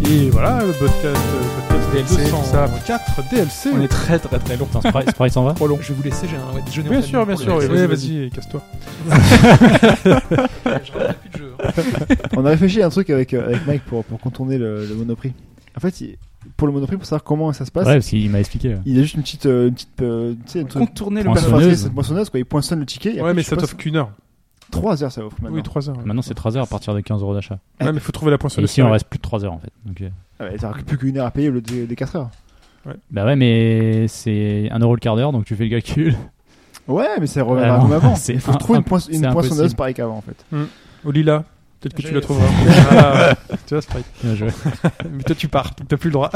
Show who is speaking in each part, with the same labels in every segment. Speaker 1: le podcast, euh, podcast
Speaker 2: DLC, tout
Speaker 1: 204 DLC.
Speaker 2: On est très très très lourd. Putain, Sprite Sprite s'en va
Speaker 1: trop long.
Speaker 3: Je vais vous laisser, j'ai un ouais, déjeuner
Speaker 1: Bien
Speaker 3: en
Speaker 1: sûr, bien
Speaker 3: famille
Speaker 1: sûr.
Speaker 3: pour
Speaker 1: oui,
Speaker 3: le
Speaker 1: Vas-y,
Speaker 3: laisser.
Speaker 1: vas-y, casse-toi.
Speaker 3: Je regarde plus de jeu. hein.
Speaker 4: On a réfléchi à un truc avec, euh, avec Mike pour, pour contourner le, le monoprix. En fait, il- pour le monoprix, pour savoir comment ça se passe,
Speaker 2: Ouais, parce qu'il m'a expliqué.
Speaker 4: il y a juste une petite. euh, une petite euh, tu sais, un truc.
Speaker 3: Contourner le
Speaker 4: une
Speaker 2: Poinçonneuse.
Speaker 3: plafond.
Speaker 4: poinçonneuse. Cette poinçonneuse, quoi. Il poinçonne le ticket. et
Speaker 1: Ouais,
Speaker 4: après,
Speaker 1: mais
Speaker 4: je
Speaker 1: ça
Speaker 4: sais pas,
Speaker 1: t'offre qu'une heure.
Speaker 4: 3 heures, ça offre maintenant.
Speaker 1: Oui, 3 heures.
Speaker 2: Maintenant, c'est 3 heures à partir de 15 euros d'achat.
Speaker 1: Ouais, mais faut trouver la
Speaker 2: Et
Speaker 1: poinçonneuse.
Speaker 2: ici, on reste plus de 3 heures en fait. Donc, euh,
Speaker 4: Ah ouais, T'auras plus qu'une heure à payer au lieu des, 4 heures.
Speaker 2: Bah ouais, mais c'est 1 euro le quart d'heure, donc tu fais le calcul.
Speaker 4: Ouais, mais ça revient
Speaker 2: Ah
Speaker 4: à
Speaker 2: non,
Speaker 4: comme avant.
Speaker 2: c'est
Speaker 4: Il faut
Speaker 2: un-
Speaker 4: trouver
Speaker 2: un-
Speaker 4: une, poinç-
Speaker 2: c'est
Speaker 4: une
Speaker 2: impossible.
Speaker 4: poinçonneuse pareille qu'avant, en fait.
Speaker 1: Au Lila. Peut-être que tu
Speaker 3: J'ai-
Speaker 1: la trouveras. Ah, tu vois, Sprite.
Speaker 2: Bien joué.
Speaker 1: Mais toi, tu pars. T'as plus le droit.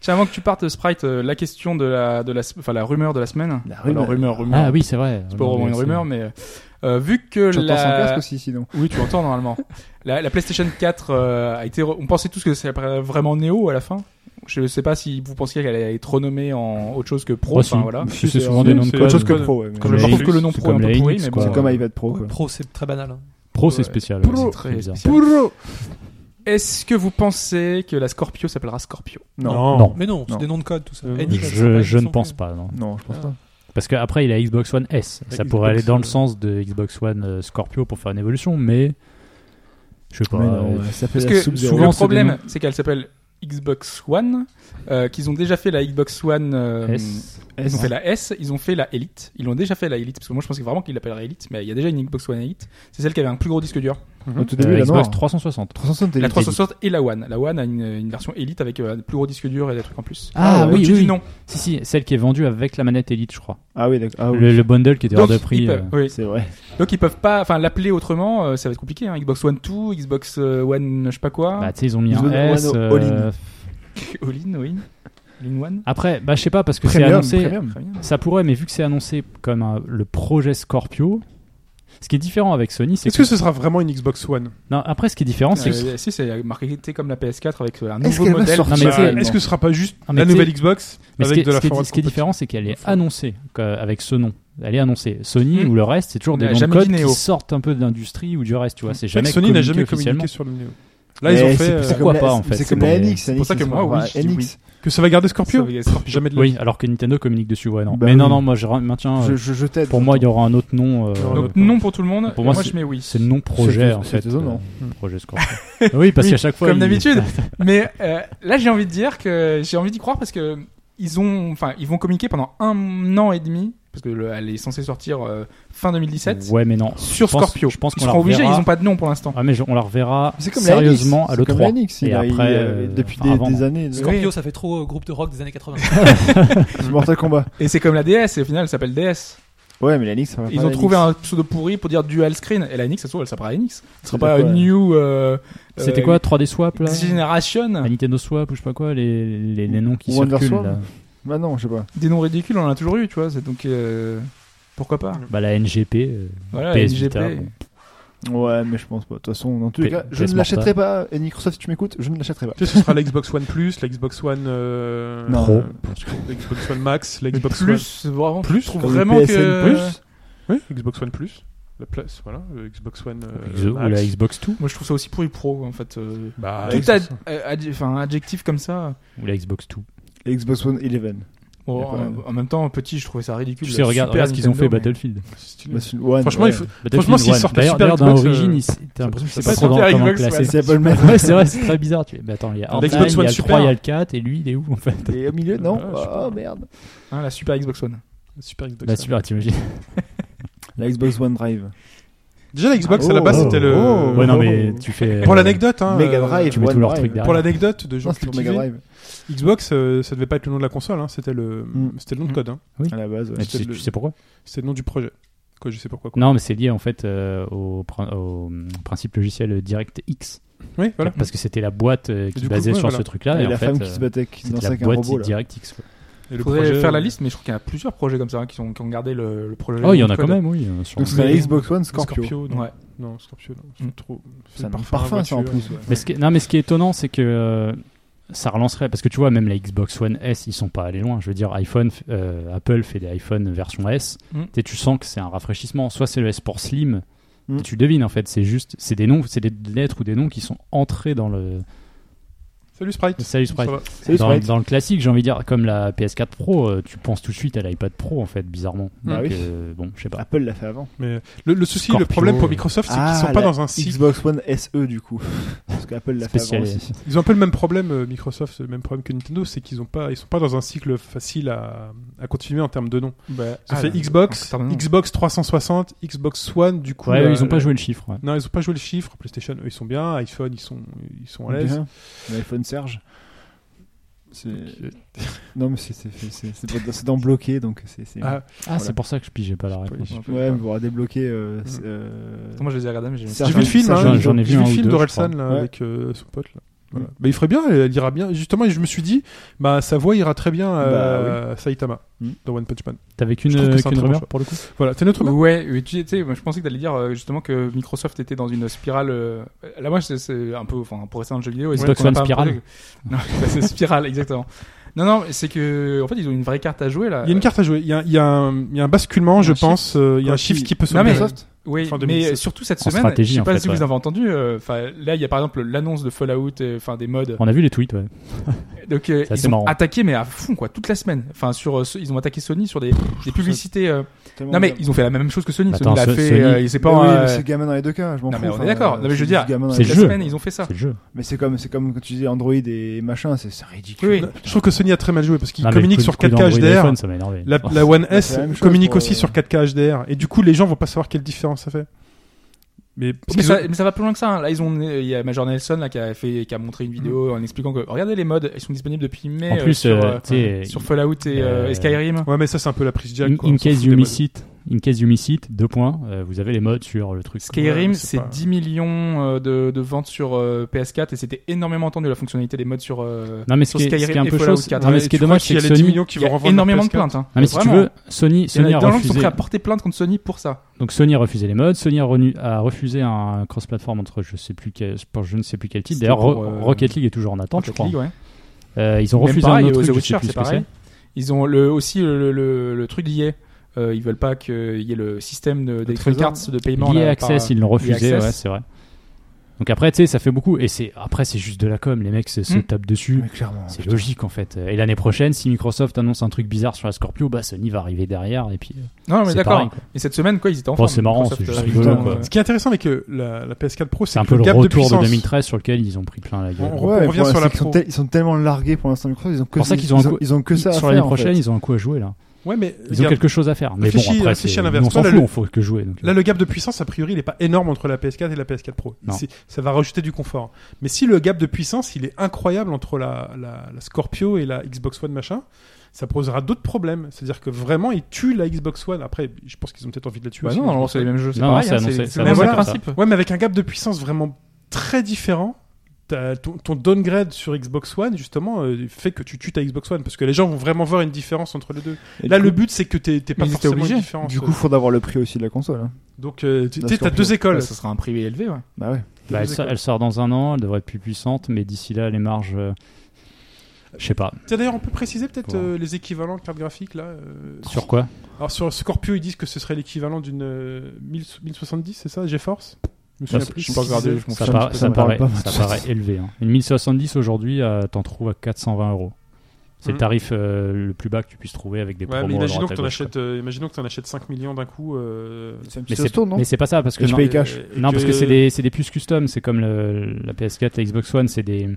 Speaker 3: Tiens, avant que tu partes, Sprite, euh, la question de la, de la, s- enfin, la rumeur de la semaine.
Speaker 4: La
Speaker 3: Enfin,
Speaker 4: rumeur.
Speaker 3: rumeur, rumeur.
Speaker 2: Ah oui, c'est vrai.
Speaker 3: C'est pas vraiment une rumeur, mais euh, vu que
Speaker 4: J'entends
Speaker 3: la.
Speaker 4: sans casque aussi, sinon.
Speaker 3: Oui, tu entends normalement. La, la PlayStation 4 euh, a été. re- On pensait tous que ça apparaît vraiment Neo à la fin. Je sais pas si vous pensiez qu'elle allait être renommée en autre chose que Pro.
Speaker 2: Pro,
Speaker 3: enfin, voilà.
Speaker 2: si, c'est souvent des noms de
Speaker 1: c'est
Speaker 2: code.
Speaker 4: Autre chose que
Speaker 1: euh,
Speaker 4: pro, ouais. mais-
Speaker 3: Quand je
Speaker 2: les
Speaker 3: trouve
Speaker 1: Linux,
Speaker 3: que le nom
Speaker 2: c'est
Speaker 3: Pro est un
Speaker 2: comme
Speaker 3: peu
Speaker 2: les
Speaker 3: pourri,
Speaker 2: Linux,
Speaker 3: mais
Speaker 2: quoi.
Speaker 3: bon.
Speaker 4: C'est comme iPad Pro,
Speaker 5: Ouais,
Speaker 4: quoi.
Speaker 5: Pro, c'est très banal. hein.
Speaker 2: Pro, c'est
Speaker 3: Ouais.
Speaker 2: spécial. ouais,
Speaker 3: Pro,
Speaker 2: c'est
Speaker 3: très
Speaker 2: très bizarre.
Speaker 3: spécial. Est-ce que vous pensez que la Scorpio s'appellera Scorpio
Speaker 4: Non.
Speaker 2: Non.
Speaker 5: Mais non, c'est
Speaker 4: Non.
Speaker 5: des noms de code, tout ça.
Speaker 1: Euh,
Speaker 5: Enigma, ça
Speaker 2: Je,
Speaker 5: s'appelle,
Speaker 2: je
Speaker 5: ils
Speaker 2: ne
Speaker 5: sont
Speaker 2: pense
Speaker 5: plus.
Speaker 2: pas, non.
Speaker 4: Non, je pense pas.
Speaker 2: Parce qu'après, il a Xbox One S. Ça
Speaker 1: Xbox,
Speaker 2: pourrait aller dans le
Speaker 1: euh,
Speaker 2: sens de Xbox One euh, Scorpio pour faire une évolution, mais. Je sais pas.
Speaker 4: Mais non,
Speaker 2: euh,
Speaker 4: ouais, ça s'appelle
Speaker 3: Parce
Speaker 4: la
Speaker 3: que
Speaker 4: Sub-Zero.
Speaker 2: souvent,
Speaker 3: le
Speaker 2: c'est des
Speaker 3: problème,
Speaker 2: noms.
Speaker 3: c'est qu'elle s'appelle Xbox One, euh, qu'ils ont déjà fait la Xbox One. euh,
Speaker 2: S.
Speaker 3: Ils ont
Speaker 4: S.
Speaker 3: fait la S, ils ont fait la Elite, ils l'ont déjà fait la Elite, parce que moi je pensais vraiment qu'ils l'appelleraient Elite, mais il y a déjà une Xbox One Elite, c'est celle qui avait un plus gros disque dur.
Speaker 4: Au tout
Speaker 2: euh,
Speaker 4: début, la
Speaker 2: Xbox
Speaker 4: noire.
Speaker 2: 360.
Speaker 4: 360
Speaker 3: La
Speaker 4: était-
Speaker 3: 360 et la One. La One a une, une version Elite avec euh, un plus gros disque dur et des trucs en plus.
Speaker 2: Ah,
Speaker 4: Ah,
Speaker 3: Donc,
Speaker 2: oui,
Speaker 3: tu
Speaker 2: oui,
Speaker 3: dis
Speaker 2: oui.
Speaker 3: non.
Speaker 2: Si, si, celle qui est vendue avec la manette Elite, je crois.
Speaker 4: Ah oui, d'accord. Ah oui,
Speaker 2: Le, le bundle qui était hors
Speaker 3: Donc,
Speaker 2: de
Speaker 3: ils
Speaker 2: prix.
Speaker 3: peuvent,
Speaker 2: euh,
Speaker 3: oui.
Speaker 4: c'est vrai.
Speaker 3: Donc ils peuvent pas, enfin l'appeler autrement, euh, ça va être compliqué. hein. Xbox One 2, Xbox euh, One, je sais pas quoi.
Speaker 2: Bah, tu sais, ils ont mis
Speaker 4: Ils ont
Speaker 2: un
Speaker 4: mis
Speaker 2: S.
Speaker 4: One
Speaker 2: euh,
Speaker 4: all-in.
Speaker 3: All in, oui. All in One.
Speaker 2: Après, bah, je sais pas, parce que c'est
Speaker 4: Premium,
Speaker 2: annoncé.
Speaker 4: premium.
Speaker 3: Très bien.
Speaker 2: Ça pourrait, mais vu que c'est annoncé comme un- le projet Scorpio, ce qui est différent avec Sony, c'est
Speaker 1: Est-ce
Speaker 2: que.
Speaker 1: que ce sera vraiment une Xbox One
Speaker 2: Non, après, ce qui est différent, c'est que.
Speaker 3: Euh, si c'est marketé comme la PS4 avec euh, un
Speaker 4: Est-ce
Speaker 3: nouveau
Speaker 4: qu'elle va
Speaker 3: modèle.
Speaker 4: sortir
Speaker 2: Non, mais
Speaker 1: Bah,
Speaker 2: c'est-
Speaker 1: Est-ce que ce sera pas juste
Speaker 2: Ah, mais
Speaker 1: la
Speaker 2: tu sais-
Speaker 1: nouvelle Xbox
Speaker 2: Mais ce qui
Speaker 1: avec
Speaker 2: est,
Speaker 1: de
Speaker 2: ce
Speaker 1: la
Speaker 2: qui est-
Speaker 1: forward
Speaker 2: ce qui est différent, c'est qu'elle est annoncée que- avec ce nom. Elle est annoncée. Sony
Speaker 3: Hmm.
Speaker 2: ou le reste, c'est toujours
Speaker 3: On
Speaker 2: des
Speaker 3: a
Speaker 2: noms de
Speaker 3: jamais
Speaker 2: code
Speaker 3: dit
Speaker 2: qui
Speaker 3: Neo.
Speaker 2: sortent un peu de l'industrie ou du reste, tu vois. C'est
Speaker 1: compatible.
Speaker 2: jamais
Speaker 1: Sony n'a jamais
Speaker 2: officiellement.
Speaker 1: communiqué sur le Neo. Là, ils ont
Speaker 4: Eh,
Speaker 1: fait
Speaker 4: c'est-
Speaker 1: euh,
Speaker 4: c'est comme
Speaker 2: pourquoi
Speaker 4: la-
Speaker 2: pas, en fait,
Speaker 4: C'est comme
Speaker 2: c'est-
Speaker 4: la NX.
Speaker 3: pour ça que moi, oui, je dis
Speaker 4: NX.
Speaker 1: que ça va garder Scorpio.
Speaker 3: Ça va- Scorpio.
Speaker 1: Jamais de la
Speaker 2: Oui, alors que Nintendo communique dessus, ouais, non.
Speaker 4: Bah
Speaker 2: mais
Speaker 4: oui.
Speaker 2: non, non, moi je ra- maintiens. euh,
Speaker 4: Je- Je je t'aide.
Speaker 2: pour moi, il y aura un autre nom. euh,
Speaker 1: Non,
Speaker 3: Donc non pour tout le monde.
Speaker 2: Pour
Speaker 3: Et
Speaker 2: moi,
Speaker 3: moi
Speaker 2: c'est-
Speaker 3: je mets oui.
Speaker 2: c'est le nom projet,
Speaker 4: C'est-
Speaker 2: en
Speaker 4: c'est
Speaker 2: fait.
Speaker 4: étonnant.
Speaker 2: euh, projet Scorpio. oui, parce
Speaker 3: Oui,
Speaker 2: qu'à chaque fois.
Speaker 3: comme
Speaker 2: il-
Speaker 3: d'habitude. Mais euh, là, j'ai envie de dire que j'ai envie d'y croire parce que ils ont, enfin, ils vont communiquer pendant un an et demi parce que le- elle est censée sortir euh, fin 2017
Speaker 2: Ouais, mais non.
Speaker 3: sur
Speaker 2: Je pense-
Speaker 3: Scorpio.
Speaker 2: je pense
Speaker 3: ils
Speaker 2: qu'on la
Speaker 3: seront obligés,
Speaker 2: reverra.
Speaker 3: ils ont pas de nom pour l'instant.
Speaker 2: Ah, mais je- on la reverra
Speaker 4: C'est comme la NX.
Speaker 2: sérieusement à
Speaker 4: C'est comme la
Speaker 2: l'E3.
Speaker 4: NX. il
Speaker 2: Et
Speaker 4: a- il-
Speaker 2: après,
Speaker 4: euh,
Speaker 2: euh,
Speaker 4: Depuis
Speaker 2: enfin,
Speaker 4: des-
Speaker 2: avant,
Speaker 4: des années. de-
Speaker 3: Oui.
Speaker 5: Scorpio, ça fait trop euh, groupe de rock des années 80.
Speaker 4: Mortal Kombat.
Speaker 3: Et c'est comme la DS. Et au final, elle s'appelle DS.
Speaker 4: Ouais, mais la NX, ça va
Speaker 3: Ils
Speaker 4: pas
Speaker 3: ont
Speaker 4: la
Speaker 3: trouvé
Speaker 4: NX.
Speaker 3: un pseudo pourri pour dire dual screen. Et la NX, ça se trouve, elle s'appellera NX. Ce sera
Speaker 4: C'est
Speaker 3: pas
Speaker 4: d'accord, ouais.
Speaker 3: New. euh,
Speaker 2: C'était
Speaker 3: euh,
Speaker 2: quoi 3D Swap là
Speaker 3: Generation.
Speaker 2: La Nintendo Swap ou je sais pas quoi, les, les, les noms qui
Speaker 4: Wonder
Speaker 2: circulent.
Speaker 4: Swap
Speaker 2: là.
Speaker 4: Bah non, je sais pas.
Speaker 3: Des noms ridicules, on en a toujours eu, tu vois. c'est Donc euh, pourquoi pas.
Speaker 2: Bah, la NGP, euh,
Speaker 3: Voilà,
Speaker 2: PS
Speaker 3: NGP.
Speaker 2: Vita, bon.
Speaker 4: Ouais, mais je pense pas. De toute façon, dans tous les
Speaker 2: P-
Speaker 4: cas, je
Speaker 2: PS
Speaker 4: ne l'achèterai pas. Et Microsoft, si tu m'écoutes, je ne l'achèterai pas.
Speaker 1: Tu sais, ce sera la Xbox One Plus, la Xbox One euh,
Speaker 4: Non.
Speaker 2: Pro.
Speaker 1: la Xbox One Max, la Xbox One
Speaker 3: Plus, vraiment.
Speaker 1: Plus,
Speaker 3: je trouve
Speaker 4: Comme le
Speaker 3: vraiment
Speaker 4: PSN
Speaker 3: que.
Speaker 4: Plus.
Speaker 1: oui, Xbox One Plus, la place, voilà, le Xbox One euh,
Speaker 2: X- ou
Speaker 1: Max.
Speaker 2: la Xbox 2
Speaker 3: Moi, je trouve ça aussi pour les pros, en fait. euh,
Speaker 1: Bah,
Speaker 3: tout
Speaker 1: Xbox-
Speaker 3: ad- euh, ad- enfin, adjectif comme ça.
Speaker 2: ou la Xbox 2.
Speaker 4: Xbox One 11.
Speaker 3: Bon,
Speaker 4: Y a pas-
Speaker 3: en, en même temps, petit, je trouvais ça ridicule.
Speaker 2: Tu sais, regarde,
Speaker 3: Super
Speaker 2: regarde ce qu'ils ont fait
Speaker 3: Nintendo, mais-
Speaker 2: Battlefield.
Speaker 1: c'est stylé.
Speaker 4: Bah, c'est- ouais,
Speaker 1: Franchement,
Speaker 4: ouais.
Speaker 1: il faut...
Speaker 2: Battlefield
Speaker 1: s'ils
Speaker 2: One.
Speaker 1: sortent la
Speaker 2: D'ailleurs,
Speaker 1: Super
Speaker 2: d'ailleurs, dans
Speaker 1: Xbox,
Speaker 2: Origin,
Speaker 1: euh,
Speaker 2: ils- t'as l'impression que c'est
Speaker 1: c'est
Speaker 2: pas
Speaker 1: pas
Speaker 2: trop dans,
Speaker 1: Super
Speaker 2: comment le
Speaker 3: Xbox,
Speaker 2: classer.
Speaker 4: C'est Apple Mac.
Speaker 2: Ouais, c'est vrai, c'est très bizarre. Tu... fais, Mais attends, il y a Hardline,
Speaker 1: L'Xbox
Speaker 2: il y a
Speaker 1: One
Speaker 2: le
Speaker 1: Super.
Speaker 2: 3, il y a le 4, et lui, il est où en fait Bah,
Speaker 4: Et au milieu, non
Speaker 1: Ouais, je sais
Speaker 4: Oh
Speaker 1: pas.
Speaker 4: merde.
Speaker 3: Hein, la super Xbox One.
Speaker 1: Bah, Super Xbox.
Speaker 2: La Bah, Super, t'imagines
Speaker 4: La Xbox One Drive.
Speaker 1: Déjà la Xbox à la
Speaker 4: Oh,
Speaker 1: base
Speaker 2: oh,
Speaker 1: c'était le
Speaker 4: oh.
Speaker 2: Ouais, non,
Speaker 4: oh,
Speaker 2: mais
Speaker 4: oh.
Speaker 2: tu fais.
Speaker 1: pour l'anecdote hein,
Speaker 4: Mega
Speaker 1: euh,
Speaker 4: Drive.
Speaker 2: tu mets
Speaker 4: One
Speaker 2: tous leurs
Speaker 4: Drive.
Speaker 2: trucs derrière.
Speaker 1: Pour l'anecdote de gens
Speaker 4: Non, c'est pour Mega
Speaker 1: cultivés,
Speaker 4: Drive.
Speaker 1: Xbox euh, ça devait pas être le nom de la console hein, c'était le
Speaker 4: Mm.
Speaker 1: c'était le nom de
Speaker 3: Mm.
Speaker 1: code hein.
Speaker 4: À la base, ouais.
Speaker 2: Mais tu, sais,
Speaker 1: C'était
Speaker 2: tu sais pourquoi
Speaker 1: C'était le nom du projet. Quoi, je sais pourquoi quoi.
Speaker 2: Non, mais c'est lié en fait euh, au, prin- au, euh, principe logiciel DirectX.
Speaker 1: Oui, voilà.
Speaker 2: Parce que c'était la boîte euh,
Speaker 1: Et
Speaker 2: qui
Speaker 1: du coup,
Speaker 2: basait
Speaker 1: ouais,
Speaker 2: sur
Speaker 1: voilà.
Speaker 2: ce truc-là.
Speaker 4: Et
Speaker 2: en
Speaker 4: la
Speaker 2: fait,
Speaker 4: femme qui
Speaker 2: euh,
Speaker 4: se battait qui se
Speaker 2: c'était
Speaker 4: dansait
Speaker 2: la
Speaker 4: avec un
Speaker 2: boîte
Speaker 4: robot. là.
Speaker 2: DirectX. quoi.
Speaker 1: Et euh,
Speaker 3: Faudrait faire la liste, mais je trouve qu'il y a plusieurs projets comme ça hein, qui, sont, qui ont gardé le, le projet.
Speaker 2: euh, Oh, il y en a
Speaker 3: code.
Speaker 2: quand même, oui. euh, sur-
Speaker 4: Donc c'est la Xbox One Scorpio.
Speaker 1: Scorpio. non.
Speaker 3: Ouais.
Speaker 1: Non, Scorpio, non. C'est
Speaker 3: Mm.
Speaker 1: trop. c'est
Speaker 4: C'est un
Speaker 1: parfum à
Speaker 4: parfum, ça en
Speaker 1: voiture. euh,
Speaker 4: plus. ouais.
Speaker 2: Mais ce qui est- non, mais ce qui est étonnant, c'est que euh, ça relancerait. Parce que tu vois, même la Xbox One S, ils sont pas allés loin. Je veux dire, iPhone, f- euh, Apple fait des iPhone version S.
Speaker 3: Mm.
Speaker 2: Tu sais, tu sens que c'est un rafraîchissement. Soit c'est le S pour Slim.
Speaker 4: Mm.
Speaker 2: et Tu devines en fait, c'est juste, c'est des noms, c'est des lettres ou des noms qui sont entrés dans le
Speaker 1: Salut Sprite.
Speaker 2: Salut Sprite.
Speaker 1: Ça va
Speaker 4: Salut
Speaker 2: dans,
Speaker 4: Sprite.
Speaker 2: dans le classique, j'ai envie de dire, comme la PS4 Pro, euh, tu penses tout de suite à l'iPad Pro, en fait, bizarrement.
Speaker 4: Bah
Speaker 2: Donc,
Speaker 4: oui.
Speaker 2: euh, bon, je sais pas.
Speaker 4: Apple l'a fait avant.
Speaker 1: Mais le, le souci,
Speaker 2: Scorpio.
Speaker 1: le problème pour Microsoft, c'est
Speaker 4: Ah,
Speaker 1: qu'ils sont pas
Speaker 4: la
Speaker 1: dans un cycle.
Speaker 4: Xbox One SE du coup. Parce qu'Apple l'a fait avant
Speaker 2: Spécial. E.
Speaker 4: aussi.
Speaker 1: Ils ont un peu le même problème, euh, Microsoft, le même problème que Nintendo, c'est qu'ils ont pas, ils sont pas dans un cycle facile à, à continuer en termes de noms. Ils ont
Speaker 3: Ah,
Speaker 1: fait
Speaker 3: là, en
Speaker 1: Xbox,
Speaker 3: termes de noms.
Speaker 1: Xbox 360, Xbox One, du coup.
Speaker 2: Ouais,
Speaker 1: la-
Speaker 2: ils ont pas joué le chiffre. ouais.
Speaker 1: Non, ils ont pas joué le chiffre. PlayStation, eux, ils sont bien. iPhone, ils sont, ils sont à l'aise.
Speaker 4: Bien. hein, L'iPhone Serge. C'est- Non mais c'est- c'est- c'est c'est- c'est pas- c'est dans bloqué donc c'est. c'est-
Speaker 1: Ah,
Speaker 2: Ah,
Speaker 4: Voilà.
Speaker 2: c'est pour ça que je pigeais pas la
Speaker 1: Je sais pas,
Speaker 2: réponse.
Speaker 1: je-
Speaker 4: Ouais, mais on va débloquer. euh, c'est, euh,
Speaker 3: Moi, je les ai regardés, mais j'ai
Speaker 4: Serge-
Speaker 1: J'ai vu le film,
Speaker 4: Serge
Speaker 1: hein,
Speaker 4: Nito.
Speaker 2: j'en ai
Speaker 1: J'ai
Speaker 2: vu
Speaker 1: vu
Speaker 2: un
Speaker 1: le
Speaker 2: ou
Speaker 1: film
Speaker 2: deux,
Speaker 1: d'Orelsan
Speaker 2: je Mm.
Speaker 1: là,
Speaker 4: Ouais.
Speaker 1: avec euh, son pote. Là. Voilà. Bah, il ferait bien, elle, elle ira bien. Justement, je me suis dit, bah, sa voix ira très bien euh, à Saitama
Speaker 4: Bah Mm.
Speaker 1: dans One Punch Man.
Speaker 2: T'avais
Speaker 1: Je
Speaker 2: qu'une
Speaker 1: trouve que
Speaker 2: euh,
Speaker 1: c'est un
Speaker 2: qu'une
Speaker 1: très bon
Speaker 2: rumeur
Speaker 1: choix. Voilà, t'es notre mec.
Speaker 3: Ouais, mais tu tu sais, moi, je pensais que t'allais dire euh, justement que Microsoft était dans une spirale. euh, Là, moi, c'est- c'est un peu, enfin, pour rester dans le jeu vidéo, est-ce
Speaker 2: Xbox
Speaker 3: qu'on a
Speaker 2: One
Speaker 3: pas un
Speaker 2: spirale.
Speaker 3: projet que- Non, c'est spirale, exactement. Non, non, mais c'est que, en fait, ils ont une vraie carte à jouer là.
Speaker 1: Il y a une carte à jouer. Il y a, il y a un, il y a un basculement, je
Speaker 3: Un shift.
Speaker 1: pense. euh, Il y a un
Speaker 4: Quand
Speaker 1: shift
Speaker 4: il-
Speaker 1: qui peut se
Speaker 3: Non, Ah, mais-
Speaker 1: Microsoft
Speaker 3: Oui,
Speaker 1: Fin 2017.
Speaker 3: mais surtout cette
Speaker 2: En
Speaker 3: semaine,
Speaker 2: stratégie,
Speaker 3: je sais
Speaker 2: en
Speaker 3: pas
Speaker 2: fait,
Speaker 3: si
Speaker 2: ouais.
Speaker 3: vous avez entendu. euh, Enfin, là, il y a par exemple l'annonce de Fallout, euh, enfin des mods.
Speaker 2: On a vu les tweets, ouais.
Speaker 3: Donc euh,
Speaker 2: C'est assez
Speaker 3: ils ont
Speaker 2: marrant.
Speaker 3: attaqué mais à fond quoi, toute la semaine. Enfin sur, euh, ce- ils ont attaqué Sony sur des, des publicités. euh,
Speaker 4: tellement
Speaker 3: Non mais
Speaker 4: bien.
Speaker 3: ils ont fait la même chose que Sony.
Speaker 2: Bah,
Speaker 3: Sony
Speaker 2: attends,
Speaker 3: l'a
Speaker 2: ce-
Speaker 3: fait,
Speaker 2: Sony-
Speaker 3: euh, il s'est
Speaker 4: Mais
Speaker 3: pas.
Speaker 4: oui,
Speaker 3: euh,
Speaker 4: mais c'est gamin dans les deux cas, je m'en
Speaker 3: Non,
Speaker 4: fous.
Speaker 3: mais on est
Speaker 4: enfin,
Speaker 3: d'accord.
Speaker 4: euh,
Speaker 3: Non, mais je veux
Speaker 4: du
Speaker 3: dire,
Speaker 4: gamin dans les
Speaker 2: c'est
Speaker 3: toute la
Speaker 2: le
Speaker 4: deux
Speaker 2: jeu.
Speaker 4: cas.
Speaker 3: semaine ils ont fait
Speaker 1: Ah.
Speaker 3: ça.
Speaker 2: C'est le jeu.
Speaker 4: Mais c'est comme, c'est comme quand tu disais Android et machin, c'est c'est ridicule.
Speaker 3: Oui, oui.
Speaker 1: Je trouve que Sony a très mal joué parce qu'il
Speaker 2: Non, mais
Speaker 1: communique
Speaker 2: le
Speaker 1: sur
Speaker 2: coup- le coup
Speaker 1: 4K
Speaker 2: d'Android
Speaker 1: HDR.
Speaker 2: iPhone, ça m'a énervé.
Speaker 1: La, la One
Speaker 4: Bah, c'est
Speaker 1: S
Speaker 4: la même chose
Speaker 1: communique
Speaker 4: pour,
Speaker 1: aussi
Speaker 4: euh,
Speaker 1: sur 4K HDR. Et du coup, les gens vont pas savoir quelle différence ça fait. Mais, parce
Speaker 3: Mais
Speaker 1: qu'ils
Speaker 3: ça,
Speaker 1: ont-
Speaker 3: mais ça va plus loin que ça. hein. Là, ils ont, euh, il y a Major Nelson là qui a fait, qui a montré une vidéo en expliquant que regardez les mods, ils sont disponibles depuis mai
Speaker 2: Mm. En
Speaker 3: euh,
Speaker 2: plus,
Speaker 3: sur, euh,
Speaker 2: euh, tu sais,
Speaker 3: sur Fallout et, euh,
Speaker 2: euh,
Speaker 3: et Skyrim.
Speaker 1: Ouais, mais ça, c'est un peu la prise jack.
Speaker 2: in,
Speaker 1: quoi.
Speaker 2: in
Speaker 1: On s'en
Speaker 2: case
Speaker 1: fout
Speaker 2: you
Speaker 1: des
Speaker 2: miss it, in case you miss it, deux points, euh, vous avez les modes sur le truc.
Speaker 3: Skyrim,
Speaker 1: Ouais, c'est
Speaker 3: c'est
Speaker 1: pas-
Speaker 3: 10 millions euh, de, de ventes sur euh, PS4 et c'était énormément entendu la fonctionnalité des mods sur. euh,
Speaker 2: Non, mais ce
Speaker 3: sur
Speaker 2: qui est, ce
Speaker 3: Skyrim
Speaker 2: qui est un
Speaker 3: et
Speaker 2: peu
Speaker 3: Fallout
Speaker 2: chaud, c'est-
Speaker 3: 4.
Speaker 2: non, mais
Speaker 1: Ouais,
Speaker 2: ce
Speaker 1: et
Speaker 2: qui est
Speaker 1: tu vois
Speaker 2: dommage,
Speaker 1: qu'il
Speaker 2: c'est
Speaker 1: y
Speaker 2: que
Speaker 1: a les 10
Speaker 2: Sony.
Speaker 1: millions qui
Speaker 3: Il y
Speaker 1: vont
Speaker 3: a
Speaker 1: revendre
Speaker 3: énormément
Speaker 1: leur
Speaker 3: de
Speaker 1: PS4.
Speaker 3: plaintes. Hein.
Speaker 2: Non, mais si tu
Speaker 3: Vraiment.
Speaker 2: veux, Sony,
Speaker 3: Il y en a
Speaker 2: Sony a
Speaker 3: dans le qui
Speaker 2: refusé.
Speaker 3: sont prêts à porter plainte contre Sony pour ça.
Speaker 2: Donc Sony a refusé les modes, Sony a, renu- a refusé un cross-platform entre je sais plus quel, pour je ne sais plus quel titre.
Speaker 3: C'était
Speaker 2: D'ailleurs,
Speaker 3: pour,
Speaker 2: Ro-
Speaker 3: euh,
Speaker 2: Rocket League est toujours en attente, je
Speaker 3: Rocket
Speaker 2: crois.
Speaker 3: League, E, ouais.
Speaker 2: Euh, ils ont
Speaker 3: Même
Speaker 2: refusé
Speaker 3: pareil,
Speaker 2: un autre
Speaker 3: euh,
Speaker 2: truc,
Speaker 3: The
Speaker 2: je sais
Speaker 3: Witcher,
Speaker 2: plus
Speaker 3: c'est
Speaker 2: ce que
Speaker 3: pareil.
Speaker 2: c'est.
Speaker 3: Ils ont le, aussi le, le, le truc d'IA. Euh, ils veulent pas qu'il y ait le système de- d'Electronic
Speaker 1: trésor.
Speaker 3: Arts de paiement.
Speaker 2: Lié
Speaker 3: là,
Speaker 2: Access,
Speaker 3: par- euh,
Speaker 2: ils l'ont refusé,
Speaker 3: Access.
Speaker 2: ouais, c'est vrai. Donc après, tu sais, ça fait beaucoup. Et c'est après, c'est juste de la com. Les mecs se, se
Speaker 3: Mm.
Speaker 2: tapent dessus.
Speaker 4: Mais clairement.
Speaker 2: C'est logique en fait. Et l'année prochaine, si Microsoft annonce un truc bizarre sur la Scorpio, bah Sony va arriver derrière et puis. euh,
Speaker 3: Non, mais
Speaker 2: c'est
Speaker 3: d'accord.
Speaker 2: pareil, quoi.
Speaker 3: Et cette semaine, quoi, ils étaient en
Speaker 2: Bon,
Speaker 3: forme.
Speaker 2: c'est marrant,
Speaker 3: Microsoft,
Speaker 2: c'est juste
Speaker 3: euh,
Speaker 2: rigolo,
Speaker 3: ils ont,
Speaker 2: quoi.
Speaker 3: euh,
Speaker 1: Ce qui est intéressant avec euh, la, la PS4 Pro,
Speaker 2: C'est
Speaker 1: c'est
Speaker 2: un
Speaker 1: que
Speaker 2: peu le
Speaker 1: gap
Speaker 2: retour de,
Speaker 1: puissance-
Speaker 2: 2013 sur lequel ils ont pris plein la gueule.
Speaker 1: On-
Speaker 4: Ouais,
Speaker 1: on
Speaker 4: mais
Speaker 1: revient
Speaker 4: pour-
Speaker 1: sur la
Speaker 4: c'est qu'ils sont
Speaker 1: pro.
Speaker 4: tel- Ils sont tellement largués pour l'instant Microsoft, ils ont que
Speaker 2: pour ça qu'ils ont un
Speaker 4: ils ont,
Speaker 2: coup-
Speaker 4: ils ont que ça à
Speaker 2: sur
Speaker 4: faire.
Speaker 2: l'année
Speaker 4: en
Speaker 2: prochaine,
Speaker 4: fait.
Speaker 2: ils ont un coup à jouer là.
Speaker 1: Ouais, mais
Speaker 2: Ils ont
Speaker 1: regarde,
Speaker 2: quelque chose à faire. Mais
Speaker 1: Réfléchis-
Speaker 2: bon, après,
Speaker 1: réfléchis
Speaker 2: c'est-
Speaker 1: à
Speaker 2: nous,
Speaker 1: l'inverse.
Speaker 2: on s'en
Speaker 1: Là,
Speaker 2: fout,
Speaker 1: le-
Speaker 2: on faut que jouer. donc, euh,
Speaker 1: Là, le gap de puissance, a priori, il est pas énorme entre la PS4 et la PS4 Pro.
Speaker 2: Non.
Speaker 1: C'est- Ça va rajouter du confort. Mais si le gap de puissance, il est incroyable entre la, la- la Scorpio et la Xbox One, machin, ça posera d'autres problèmes. C'est-à-dire que vraiment, ils tuent la Xbox One. Après, je pense qu'ils ont peut-être envie de la tuer
Speaker 3: Bah
Speaker 1: aussi.
Speaker 3: non, normalement, c'est les mêmes jeux. C'est
Speaker 2: Non, non,
Speaker 3: pareil.
Speaker 2: c'est
Speaker 3: hein,
Speaker 2: annoncé,
Speaker 3: C'est
Speaker 2: c'est
Speaker 3: c'est le même
Speaker 1: annoncé
Speaker 2: comme ça.
Speaker 3: principe.
Speaker 1: Ouais, mais avec un gap de puissance vraiment très différent. t'as- Ton, ton downgrade sur Xbox One, justement, euh, fait que tu tues ta Xbox One parce que les gens vont vraiment voir une différence entre les deux.
Speaker 4: Et
Speaker 1: Là,
Speaker 4: du
Speaker 1: le
Speaker 4: coup-
Speaker 1: but, c'est que t'es t'es pas
Speaker 3: Mais ils étaient
Speaker 1: forcément une
Speaker 3: obligés.
Speaker 1: différence.
Speaker 4: Du coup, faut d'avoir le prix aussi de la console. hein.
Speaker 1: donc, euh, tu
Speaker 4: La
Speaker 1: sais, t'as
Speaker 4: Scorpio.
Speaker 1: deux écoles.
Speaker 3: Ouais, Ça sera un prix élevé, ouais.
Speaker 4: Bah ouais.
Speaker 2: Bah, elle, sort, elle sort dans un an, elle devrait être plus puissante, mais d'ici là, les marges. euh, Je sais pas.
Speaker 1: Tiens, d'ailleurs, on peut préciser peut-être
Speaker 2: Pour-
Speaker 1: euh, les équivalents de cartes graphiques là. euh,
Speaker 2: Sur quoi
Speaker 1: Alors sur Scorpio, ils disent que ce serait l'équivalent d'une euh, 1000 1070, c'est ça, GeForce Je me souviens
Speaker 2: c'est-
Speaker 1: plus.
Speaker 2: je
Speaker 1: sais pas regarder.
Speaker 4: m'en
Speaker 2: Ça,
Speaker 4: fiche un
Speaker 2: para-
Speaker 4: petit peu,
Speaker 2: ça
Speaker 4: ça me parle
Speaker 2: paraît,
Speaker 4: pas,
Speaker 2: ça
Speaker 4: moi.
Speaker 2: paraît élevé. hein. Une 1070 aujourd'hui, euh, t'en trouves à 420 euros. C'est
Speaker 1: Mhm.
Speaker 2: le tarif euh, le plus bas que tu puisses trouver avec des
Speaker 1: Ouais,
Speaker 2: promos
Speaker 1: mais
Speaker 2: à
Speaker 1: imaginons
Speaker 2: droite,
Speaker 1: que
Speaker 2: à
Speaker 1: t'en
Speaker 2: gauche, quoi.
Speaker 1: achètes, euh, imaginons que t'en achètes 5 millions d'un coup. euh,
Speaker 4: C'est un
Speaker 2: Mais
Speaker 4: petit
Speaker 2: c'est
Speaker 4: tourne, non
Speaker 2: mais c'est pas ça parce que
Speaker 4: Et je
Speaker 2: non,
Speaker 4: paye cash.
Speaker 1: et
Speaker 2: non,
Speaker 1: que-
Speaker 2: parce que c'est des c'est des puces custom. C'est comme le- la PS4, la Xbox One, c'est des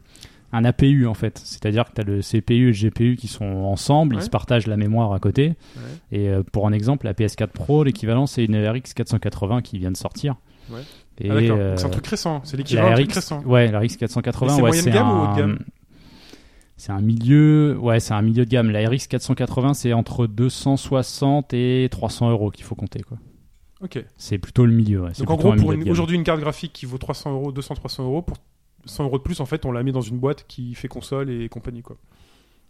Speaker 2: un APU en fait. C'est-à-dire que t'as le CPU et le GPU qui sont ensemble,
Speaker 1: Ouais.
Speaker 2: ils se partagent la mémoire à côté.
Speaker 1: Ouais.
Speaker 2: Et euh, pour un exemple, la PS4 Pro, l'équivalent c'est une RX 480 qui vient de sortir.
Speaker 1: Ouais.
Speaker 2: Et,
Speaker 1: Ah, d'accord.
Speaker 2: euh,
Speaker 1: Donc, C'est un truc récent. C'est l'équivalent
Speaker 2: la
Speaker 1: d'un
Speaker 2: RX,
Speaker 1: truc récent.
Speaker 2: ouais, la RX
Speaker 1: Mais
Speaker 2: 480,
Speaker 1: c'est
Speaker 2: ouais,
Speaker 1: moyenne
Speaker 2: c'est
Speaker 1: gamme
Speaker 2: un,
Speaker 1: ou haut de gamme
Speaker 2: c'est un milieu, ouais, c'est un milieu de gamme. La RX 480, c'est entre 260 et 300 euros qu'il faut compter, quoi.
Speaker 1: Ok.
Speaker 2: C'est plutôt le milieu. Ouais. c'est
Speaker 1: Donc en
Speaker 2: plutôt
Speaker 1: gros,
Speaker 2: un
Speaker 1: pour
Speaker 2: milieu
Speaker 1: une-
Speaker 2: de gamme.
Speaker 1: aujourd'hui une carte graphique qui vaut 300 euros, 200, 300 euros pour 100 euros de plus, en fait, on la met dans une boîte qui fait console et compagnie, quoi.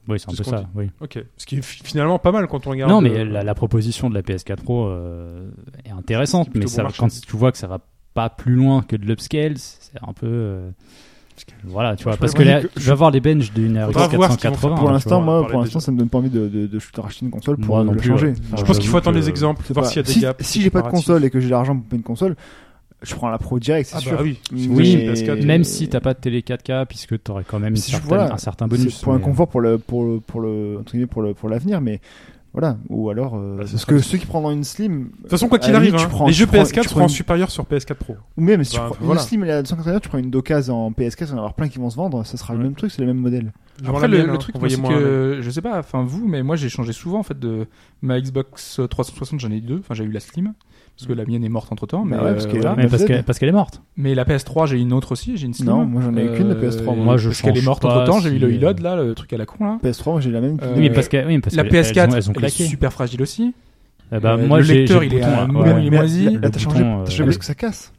Speaker 2: oui, c'est un
Speaker 1: c'est
Speaker 2: peu
Speaker 1: ce qu'on
Speaker 2: ça. Oui.
Speaker 1: Ok. Ce qui est fi- finalement pas mal quand on regarde.
Speaker 2: Non, mais
Speaker 1: euh,
Speaker 2: la, la proposition de la PS4 Pro euh, est intéressante,
Speaker 1: C'est plutôt
Speaker 2: mais
Speaker 1: bon
Speaker 2: ça,
Speaker 1: marché.
Speaker 2: quand tu vois que ça va pas plus loin que de l'upscale, c'est un peu. euh, voilà, tu vois,
Speaker 1: Je
Speaker 2: parce que
Speaker 1: me dis
Speaker 2: là,
Speaker 1: que
Speaker 2: je vais avoir les benches d'une RX
Speaker 1: Faudra voir ce qu'ils vont faire
Speaker 2: 480.
Speaker 4: Pour
Speaker 2: tu
Speaker 4: l'instant,
Speaker 2: vois.
Speaker 1: on va
Speaker 4: moi,
Speaker 1: parler
Speaker 4: pour l'instant,
Speaker 1: déjà.
Speaker 4: ça me donne pas envie de, de, de, de racheter une console pour
Speaker 2: Moi
Speaker 4: euh,
Speaker 2: non
Speaker 4: le
Speaker 2: plus,
Speaker 4: changer.
Speaker 2: ouais.
Speaker 4: Enfin,
Speaker 1: Je pense qu'il faut
Speaker 2: j'avoue
Speaker 1: attendre
Speaker 2: que-
Speaker 1: les exemples,
Speaker 4: C'est
Speaker 1: voir
Speaker 4: pas-
Speaker 1: s'il y a des
Speaker 4: si,
Speaker 1: gaps.
Speaker 4: si j'ai pas de
Speaker 1: comparatifs.
Speaker 4: console et que j'ai l'argent pour payer une console, je prends la pro direct, c'est
Speaker 1: Ah bah
Speaker 4: sûr.
Speaker 1: oui.
Speaker 4: Mais-
Speaker 2: Oui,
Speaker 1: parce que-
Speaker 2: Même si t'as pas de télé 4K, puisque t'aurais quand même une
Speaker 4: Si je-
Speaker 2: certaine-
Speaker 4: voilà,
Speaker 2: un certain bonus.
Speaker 4: C'est pour un
Speaker 2: mais-
Speaker 4: confort pour le pour le pour le entre guillemets, pour le pour l'avenir, mais voilà. Ou alors euh,
Speaker 1: Bah, ce
Speaker 4: parce
Speaker 1: sera-
Speaker 4: que ceux qui prendront une slim
Speaker 1: De toute façon, quoi
Speaker 4: À
Speaker 1: qu'il
Speaker 4: la
Speaker 1: arrive,
Speaker 4: limite,
Speaker 1: hein,
Speaker 4: tu prends-
Speaker 1: les
Speaker 4: tu
Speaker 1: jeux
Speaker 4: prends-
Speaker 1: PS4
Speaker 4: tu
Speaker 1: seront
Speaker 4: prends une-
Speaker 1: supérieurs sur PS4 Pro.
Speaker 4: ou même si
Speaker 1: Bah,
Speaker 4: tu prends
Speaker 1: voilà.
Speaker 4: une slim à 280, tu prends une Docase en PS4, il y en aura plein qui vont se vendre, ça sera
Speaker 1: Ouais.
Speaker 4: le même truc, c'est le même modèle.
Speaker 1: Je vends
Speaker 3: Après,
Speaker 1: la
Speaker 3: le,
Speaker 1: mienne,
Speaker 3: le
Speaker 1: hein,
Speaker 3: truc, moi, c'est
Speaker 1: envoyez-moi un mail.
Speaker 3: que je sais pas, enfin vous, mais moi j'ai changé souvent en fait de ma Xbox 360, j'en ai eu deux, enfin j'ai eu la Slim, parce que la mienne est morte entre temps, mais,
Speaker 4: Bah ouais, parce
Speaker 3: euh,
Speaker 4: qu'elle-
Speaker 3: voilà.
Speaker 2: Mais parce
Speaker 4: Bah,
Speaker 2: qu'elle
Speaker 4: c'est-
Speaker 2: parce qu'elle est morte.
Speaker 3: mais la PS3, j'ai une autre aussi, j'ai une Slim.
Speaker 4: Non, moi, j'en ai eu qu'une, la PS3,
Speaker 3: Euh, et
Speaker 2: moi. je
Speaker 3: Parce qu'elle est
Speaker 2: change
Speaker 3: morte
Speaker 2: pas
Speaker 3: entre temps, j'ai eu le
Speaker 2: si- euh,
Speaker 3: Hilod là, le truc à la con là.
Speaker 4: PS3, moi j'ai la même. qui-
Speaker 3: Euh,
Speaker 2: Oui, mais parce que oui, parce
Speaker 3: La
Speaker 2: qu'elles- elles
Speaker 3: PS4,
Speaker 2: ont- elles ont
Speaker 3: elle est
Speaker 2: claqué.
Speaker 3: super fragile aussi.
Speaker 2: Eh ben,
Speaker 3: Euh,
Speaker 2: moi,
Speaker 3: le
Speaker 2: j'ai
Speaker 3: lecteur,
Speaker 2: j'ai
Speaker 3: il
Speaker 2: le
Speaker 3: est à-
Speaker 2: bouton,
Speaker 3: ouais,
Speaker 2: ouais,
Speaker 3: il est
Speaker 2: ouais.
Speaker 3: moisi.
Speaker 4: là,
Speaker 2: Le
Speaker 4: là, t'as changé,
Speaker 2: bouton, euh,
Speaker 4: t'as changé parce que ça casse.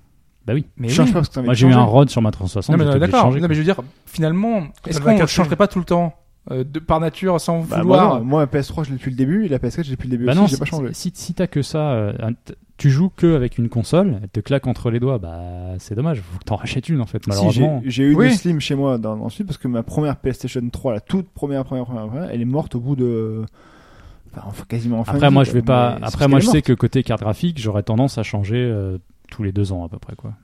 Speaker 2: Bah oui.
Speaker 3: Mais
Speaker 4: tu
Speaker 3: Eh oui.
Speaker 4: changes pas parce que t'as envie
Speaker 2: Moi,
Speaker 4: de
Speaker 2: j'ai eu un
Speaker 4: changer.
Speaker 2: ROD sur ma
Speaker 3: Non,
Speaker 2: 360.
Speaker 3: mais
Speaker 2: j'étais obligé de
Speaker 3: d'accord.
Speaker 2: changer.
Speaker 3: Non, mais je veux dire, finalement, est-ce
Speaker 1: le
Speaker 3: qu'on ne
Speaker 1: 24,
Speaker 3: changerait pas tout le temps euh, de, par nature sans
Speaker 4: Bah,
Speaker 3: vouloir
Speaker 4: moi, non, moi, la PS3, je l'ai depuis le début, et la PS4, j'ai depuis le début
Speaker 2: Bah
Speaker 4: aussi,
Speaker 2: non,
Speaker 4: j'ai
Speaker 2: si-
Speaker 4: pas changé.
Speaker 2: Si, si t'as que ça, euh, un- t- tu joues que avec une console, elle te claque entre les doigts, bah c'est dommage, faut que t'en rachètes une en fait,
Speaker 4: Si, j'ai
Speaker 2: malheureusement.
Speaker 4: j'ai eu
Speaker 3: Oui.
Speaker 4: une Slim chez moi dans, ensuite parce que ma première PlayStation 3, la toute première, première, première, première, elle est morte au bout de. Enfin, enfin, quasiment en fin de
Speaker 2: après
Speaker 4: vie,
Speaker 2: moi
Speaker 4: quoi.
Speaker 2: je vais pas.
Speaker 4: Mais c'est
Speaker 2: Après
Speaker 4: parce
Speaker 2: moi
Speaker 4: qu'elle
Speaker 2: je
Speaker 4: est
Speaker 2: sais que côté carte graphique, j'aurais tendance à changer euh, tous les deux ans à peu près quoi.
Speaker 4: morte.